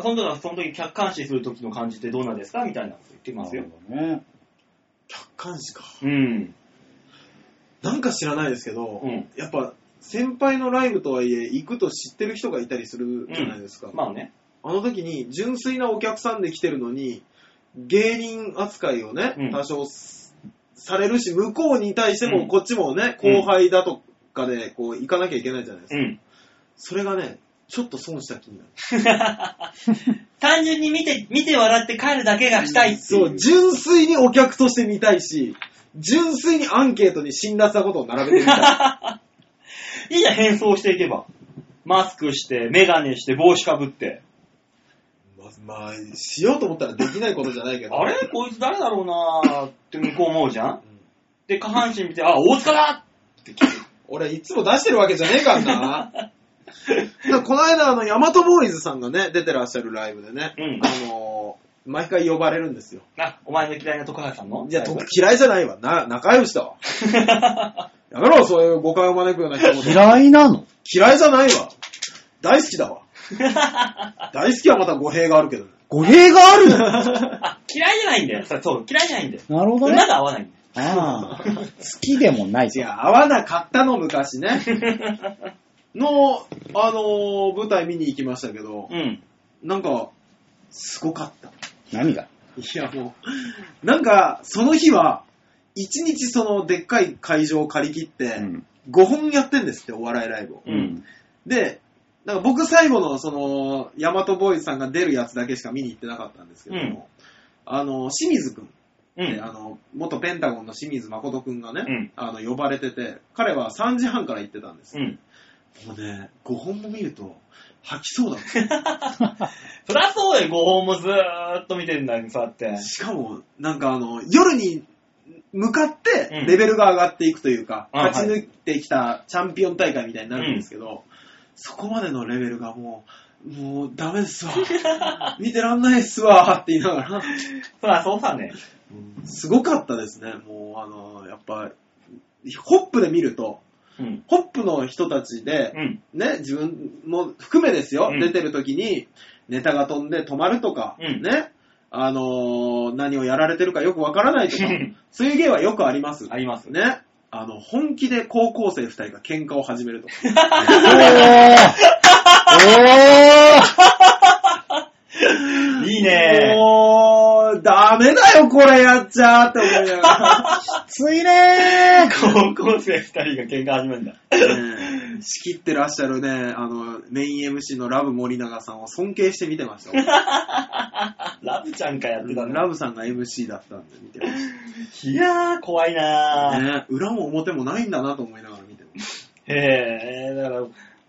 その時はその時客観視するときの感じってどんなですかみたいなこと言ってますよ。どね。客観視か。うん。なんか知らないですけど、うんやっぱ先輩のライブとはいえ行くと知ってる人がいたりするじゃないですか、まあね。あの時に純粋なお客さんで来てるのに芸人扱いをね、うん多少すされるし向こうに対してうんもこっちもね、うん後輩だとかでこう行かなきゃいけないじゃないですうか、ん。それがねちょっと損した気になる単純に見て、見て笑って帰るだけがしたいってい。そうう純粋にお客として見たいし純粋にアンケートに辛辣なことを並べて みたいいいじゃん、変装していけば。マスクして、メガネして、帽子かぶって。ままあしようと思ったらできないことじゃないけどあれこいつ誰だろうなーって向こう思うじゃんうんで、下半身見て、あ、大塚だって聞く。俺いつも出してるわけじゃねえから な。だからこの間、あの、ヤマトボーイズさんがね、出てらっしゃるライブでね、うんあのー毎回呼ばれるんですよ。あ、お前の 嫌いな徳原さんのいや、と 嫌いじゃないわ。な、仲良しだわ。やめろ、そういう誤解を招くような 人も。嫌いなの嫌いじゃないわ。大好きだわ。大好きはまた語弊があるけど。語弊があるなあ、嫌いじゃないんだよ。さそう、嫌いじゃないんだよ。るほど馬ね。が合わないんだ よ。ああ。好きでもない違う、と。合わなかったの、昔ね。 の、あのー舞台見に行きましたけどう、ん。なんか、すごかった。何がいやもう、なんか、その日は、一日そのでっかい会場を借り切って、うん5本やってんですって、お笑いライブを。ううんん。で、なんか僕最後のその、ヤマトボーイズさんが出るやつだけしか見に行ってなかったんですけども、あの、清水くん、うねん。あの、元ペンタゴンの清水誠くんがね、うんあの、呼ばれてて、彼は3時半から行ってたんです。うん。もうね、5本も見ると、吐きそうだった。そりゃそうよ、ご本もずーっと見てんだよ、そうやって。しかも、なんかあの、夜に向かってうんレベルが上がっていくというか、あ勝ち抜いてきたチャンピオン大会みたいになるんですけど、そこまでのレベルがもう、もうダメです わ。見てらんないっすわって言いながら、そりゃそうさね。すごかったですね。もうあの、やっぱ、ホップで見ると、うん。ホップの人たちで、うん。ね、自分も含めですよ、うん出てる時にネタが飛んで止まるとか、うんね、あのー何をやられてるかよくわからないとかうん、そういう芸はよくあります。あります。ね。あの、本気で高校生二人が喧嘩を始めるとか。おーいいねー。もう、ダメだよ、これやっちゃって思いながついね高校生二人が喧嘩始めるんだ。 ら、ね仕切ってらっしゃるね、あの、メイン MC のラブ森永さんを尊敬して見てまし た。ラブちゃんかやってたの。ラブさんが MC だったんで見てました。いやー、怖いなー。ね、裏も表もないんだなと思いながら見てます。へえ、だから、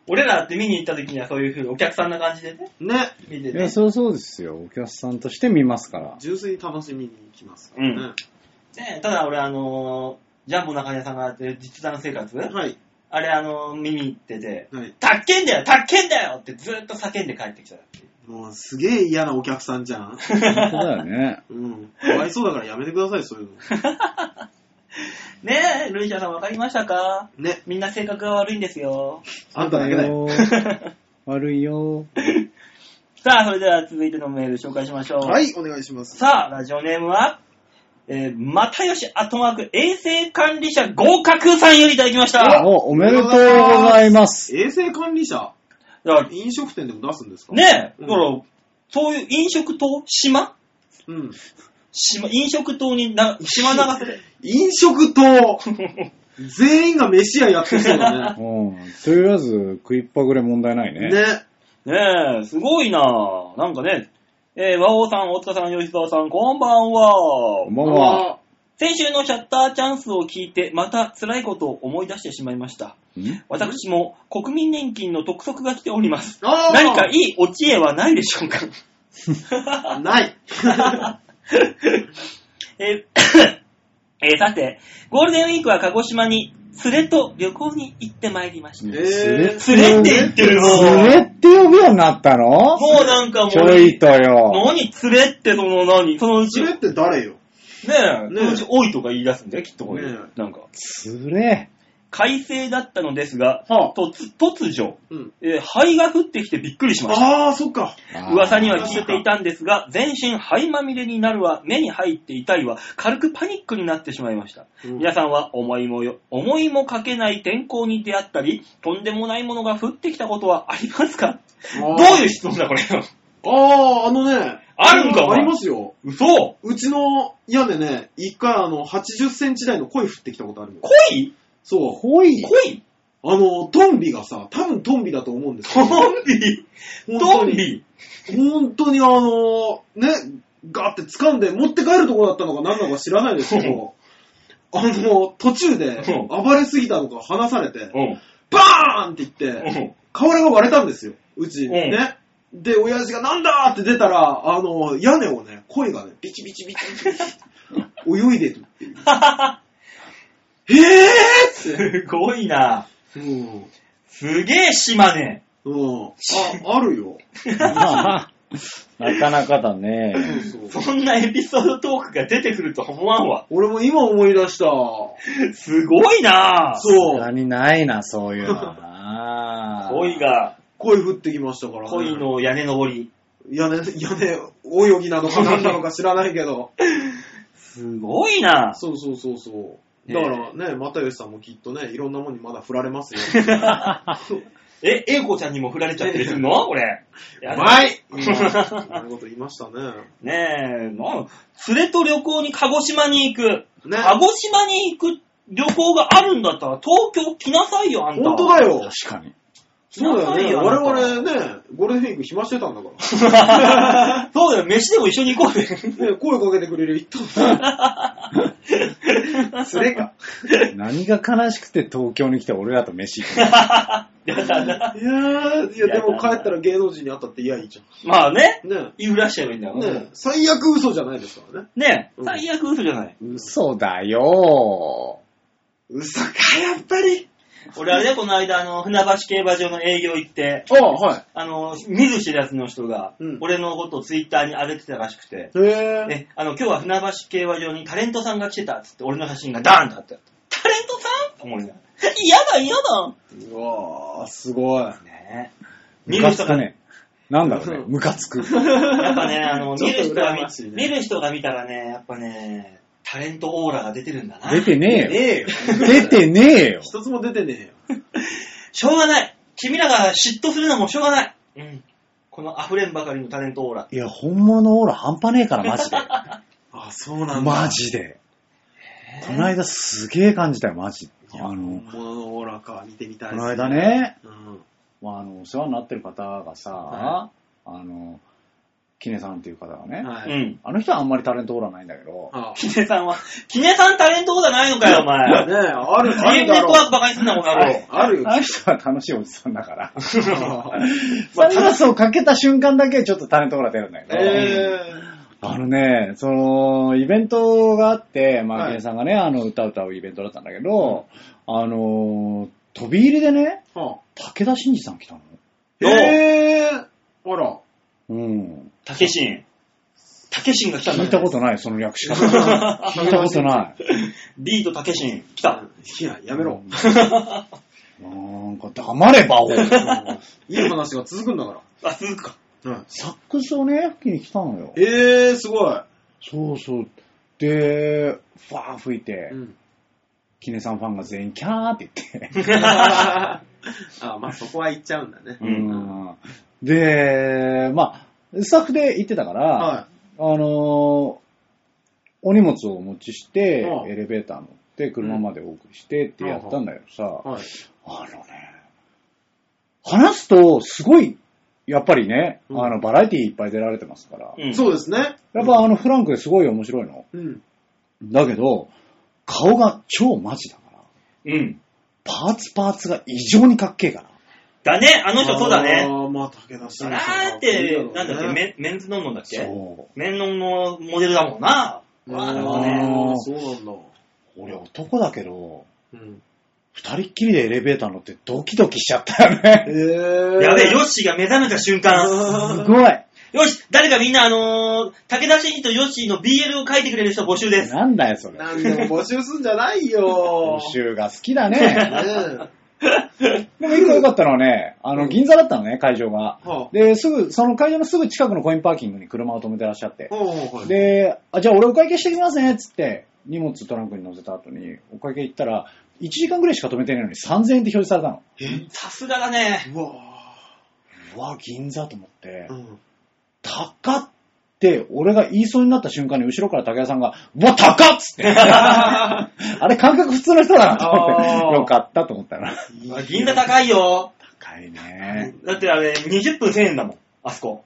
俺らって見に行った時にはそういう風にお客さんな感じでね、ね、見てーいてや、。そうそうですよ。お客さん として見ますから。純粋に楽しみに行きますからね。ねただ俺あのージャンボ中根さんがやってる実弾生活、はい。あれ、あの、見に行ってて、はい。たっけんだよたっけんだよってずっと叫んで帰ってきたってい う。もう、すげえ嫌なお客さんじゃ ん。本当だよね。うん。かわいそうだからやめてください、そういうの。ねえ、ルイシャさんわかりましたかね。みんな性格が悪いんです よ。あんただけだよ。悪いよ。さあ、それでは続いてのメール紹介しましょう。はい、お願いします。さあ、ラジオネームは、えー、またよしアットマーク衛生管理者合格さんよりいただきました。お、おめでとうございます。衛生管理者だから飲食店でも出すんですかねえ、だうんから、そういう飲食島島うん。島、飲食島にな、島流せ で。飲 食と、全員が飯屋やってそうだね。うん。とりあえず、食いっぱぐれ問題ないね。ね。ねえ、すごいなぁ。なんかね、えー、和王さん、大塚さん、吉沢さん、こんばんはこん。ばんは。先週のシャッターチャンスを聞いて、また辛いことを思い出してしまいました。ん私も国民年金の督促が来ております。あー何かいいお知恵はないでしょうか ない。えー えーさて、ゴールデンウィークは鹿児島に連れと旅行に行ってまいりました。え連ー、連れって言ってるすよ。れって呼ぶようになったのもうなんかもう、ちょいとよ。何連れってその何そのうち、連れねって誰よえ、そねえのうち多いとか言い出すんだよ、きっとこれ。ねなんか、すれ。快晴だったのですが、は突突如、うん。えー灰が降ってきてびっくりしました。ああ、そっか。噂には聞いていたんですが、全身灰まみれになるわ、目に入っていたりは、軽くパニックになってしまいました。うん皆さんは思いもよ、思いもかけない天候に出会ったり、とんでもないものが降ってきたことはありますかどあーういう質問だ、これ。 ああ、あのね。あるんかおあ前りますよ。嘘うちの家でね、一回あの、80センチ台の鯉降ってきたことあるの。恋そ恋恋う。あの、トンビがさ、多分トンビだと思うんですトよ。ンビト本当ンにビ本当にあの、ね、ガーって掴んで持って帰るところだったのか何なのか知らないですけど、あの、途中でうん暴れすぎたのか離されて、うん。バーンって言って、うん瓦が割れたんですよ、うち。んね。で、親父がなんだーって出たら、あの、屋根をね、鯉がね、ビチビチビチビチビチ泳いでるっていう。えーって。すごいなうん。すげえ島根。うん。あ、あるよ。 なかなかだね。そんなエピソードトークが出てくるとは思わんわ。俺も今思い出した。すごいなそう。何ないな、そういうのはな。恋が、鯉降ってきましたから、ね。恋の屋根登り。屋根、屋根、泳ぎなのか何なのか知らないけど。すごいなそうそうそうそう。ねだからね、又吉さんもきっとね、いろんなもんにまだ振られますよ。え、英子ちゃんにも振られちゃったりするのこれ。やだはいそんなこと言いましたね。ねえ、なん連れと旅行に鹿児島に行く。ね。鹿児島に行く旅行があるんだったら東京来なさいよ、あんた。本当だよ。確かに。そうだよね。来なさいよ我々ね、ゴールデンウィーク暇してたんだから。そうだよ、飯でも一緒に行こうぜ。ね、声かけてくれる 一等連れか。 何が悲しくて東京に来て俺らと飯行くやだないやー、いやでも帰ったら芸能人に会ったって嫌いいじ まあね、ゃん。ね。言うらしちゃえばいいんだから。ね、最悪嘘じゃないですからね。ねえ、うん最悪嘘じゃない。 の嘘だよ。嘘か、やっぱり。俺はね、この間、あの、船橋競馬場の営業行って、ああ、はい。あの、見ず知らずの人がうん、俺のことをツイッターに上げてたらしくて、へえ。ね、あの、今日は船橋競馬場にタレントさんが来てたっつって、俺の写真がダーンってあったタレントさんって思いながら。嫌だ、嫌だうわー、すごい。ねえ。見ムるカ人つがくね、ね。なんだろうね。ムカつ く。やっぱね、あの、ちょっ見る人とが見羨ましいね見る人が見たらね、やっぱね、タレントオーラが出てるんだな。出てねねえよ。えよ。出てねえよ。一つも出てねえよ。しょうがない君らが嫉妬するのもしょうがないうん。この溢れんばかりのタレントオーラ。いや、本物のオーラ半端ねえから、マ ジで。あ、そうなんだ。マジで。この間すげえ感じたよ、マジ。あの、本物のオーラか、見てみたいこですの間。ね、うん。まあ、あの、お世話になってる方がさ、はあの、キネさんっていう方がね、うはい。ん。あの人はあんまりタレントオーラないんだけど、あキネさんは、キネさんタレントオーラないのかよ、おあ前。ねえ、ある、あゲームネるだットろワークバカにすんな、この野郎。ある よ。 あの人は楽しいおじさん だから、あサングラスをかけた瞬間だけちょっとタレントオーラ出るんだけど、えあのね、その、イベントがあって、まあ、はいゲンさんがね、あの、歌歌うイベントだったんだけど、あの、飛び入りでね、は武田真治さん来たの。あ、へぇー。あら。うん。たけしん。たけしんが来たんだ、聞いたことない、その略し 方。聞いたことない。 D とたけしん、来た。いや、やめろ。なんか、黙れ、バオ。いい話が続くんだかあ、続くか。ら。うん。サックスをね、吹きに来たのよ。えー、すごい。そうそう。で、ファー吹いて、 ん。キネさんファンが全員キャーって言 って。あ、まあそこは行っちゃうんだね。うんで、まあ、スタッフで行ってたから、はあのーお荷物をお持ちしてああ、エレベーター乗って、車までお送りしてってやったんだけどさい。、はい。あのね、話すとすごい、やっぱりね、うんあの、バラエティいっぱい出られてますから、うん。そうですね。やっぱあの、フランクですごい面白いの。うん。だけど、顔が超マジだから、うん。パーツパーツが異常にかっけえから。だね、あの人そうだね。ああ、まあ武田だ真って、なんだっけ、メンメンズノンノだっけそう。メンノンのモデルだもんな。わあなるほどねあーそうなんだ。俺男だけど、うん。二人っきりでエレベーター乗ってドキドキしちゃったよね。えー。やべえ、ヨッシーが目覚めた瞬間。すあーごい。よし、誰かみんなあのー、武田真治とヨッシーの BL を書いてくれる人募集です。なんだよ、それ。なんでも募集すんじゃないよ募。集が好きだね。ねでも一個良かったのはね、あの、銀座だったのね、会場が。え。はで、すぐ、その会場のすぐ近くのコインパーキングに車を止めてらっしゃってあ。。はで、で、あ、じゃあ俺お会計してきますね、つって、荷物トランクに乗せた後に、お会計行ったら、1時間ぐらいしか止めてないのに3000円って表示されたの。えさすがだね。うわうわ、銀座と思ってー。う、ん。高っって、俺が言いそうになった瞬間に後ろから竹谷さんが、うわ、高っつ って。あれ感覚普通の人だなと思っあて、ーよかったと思ったな。あ銀座高いよ。高いね。だってあれ、20分1000円だもん。あそこ。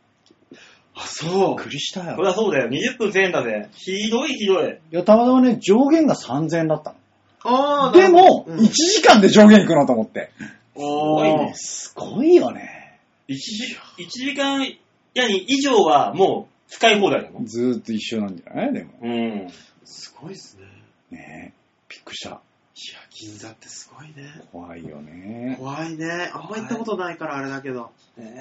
あ、そびっくりしたこれよ。はそうだよ。20分1000円だぜ。ひどいひどい。いや、たまたまね、上限が3000円だったあの。あ、でも、うん1時間で上限いくのと思って。ごいねすごいよね。 1時一時間、やに以上はもう使い放題だもん。ずーっと一緒なんじゃないでも。うん。すごいですね。いねびっくりした。や、銀座ってすごいね。怖いよね。怖いね。あんま行ったことないからあれだけど。ね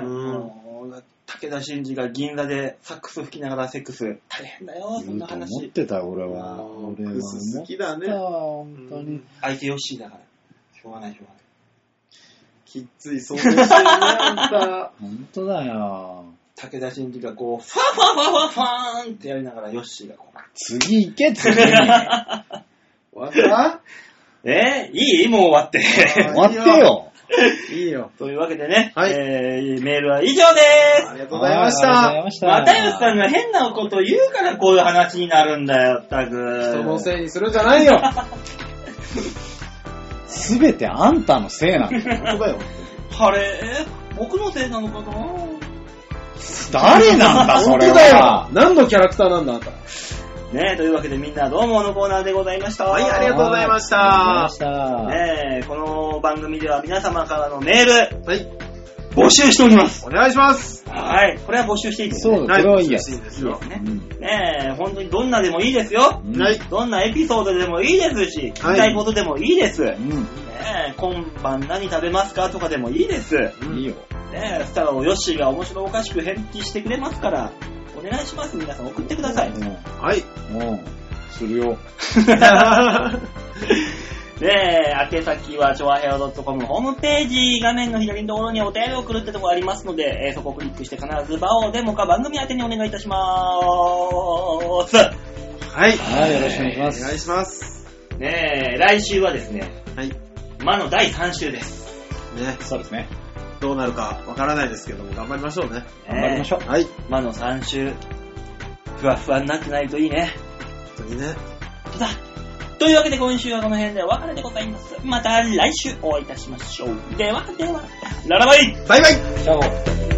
え、うんもう武田真治が銀座でサックス吹きながらセックス。大変だよ、そん言うなと思っ話。てたよ、俺あは。ー俺はクス好きだね。思った、本当に。相手ヨッシーだから。しょうがない、しょうがない。きっつい想像してるね、あ本当だよ。武田真治がこう、ファファファファファーンってやりながらヨッシーがこう。次行 け、次に。んた。終わっえーいいもう終わって。終わってよ。たいいよ。 というわけでね、はいえーメールは以上ですありがとうございました。はいありがとうございました。又吉さんが変なこと言うからこういう話になるんだよ、ったく。人のせいにするんじゃないよ。すべてあんたのせいな んだよ。本当だよ。あれ僕のせいなのかな誰なんだ、そ本れ当だよは。。何のキャラクターなんだ、あんた。ねえ、というわけでみんなどうものコーナーでございました。はいありがとうございましたありがとうございましねえ、この番組では皆様からのメール、はい。募集しております。お願いします。はい。これは募集していいた。ですね。そうだ、これはいい嬉やしつ。いでいすいでよ。すうね。んねえ、本当にどんなでもいいですよ。うんはい。どんなエピソードでもいいですし、聞きたいことでもいいです。ねうえ、今晩何食べますかとかでもいいです。ねん。いいよ。え、そしたらヨッシーが面白おかしく返事してくれますから、お願いします。皆さん送ってください。はい。うん。うん。するよ。 で、宛先は、超和平和 .com ホームページ、画面の左のところにお便りを送るってところありますので、えーそこをクリックして必ず場をデモか番組宛てにお願いいたします。はい。はい、よろしくお願いしまお願いす。します。ねえ、来週はですね、はい。魔の第3週です。ね、そうですね。どうなるかわからないですけども、頑張りましょうね。頑張りましょう。はい。魔本の3週、ふわふわになってないといいね。当にね。本当だ。というわけで今週はこの辺でお別れでございます。また来週お会いいたしましょう。ではでは、ララバイバイバイじゃあ。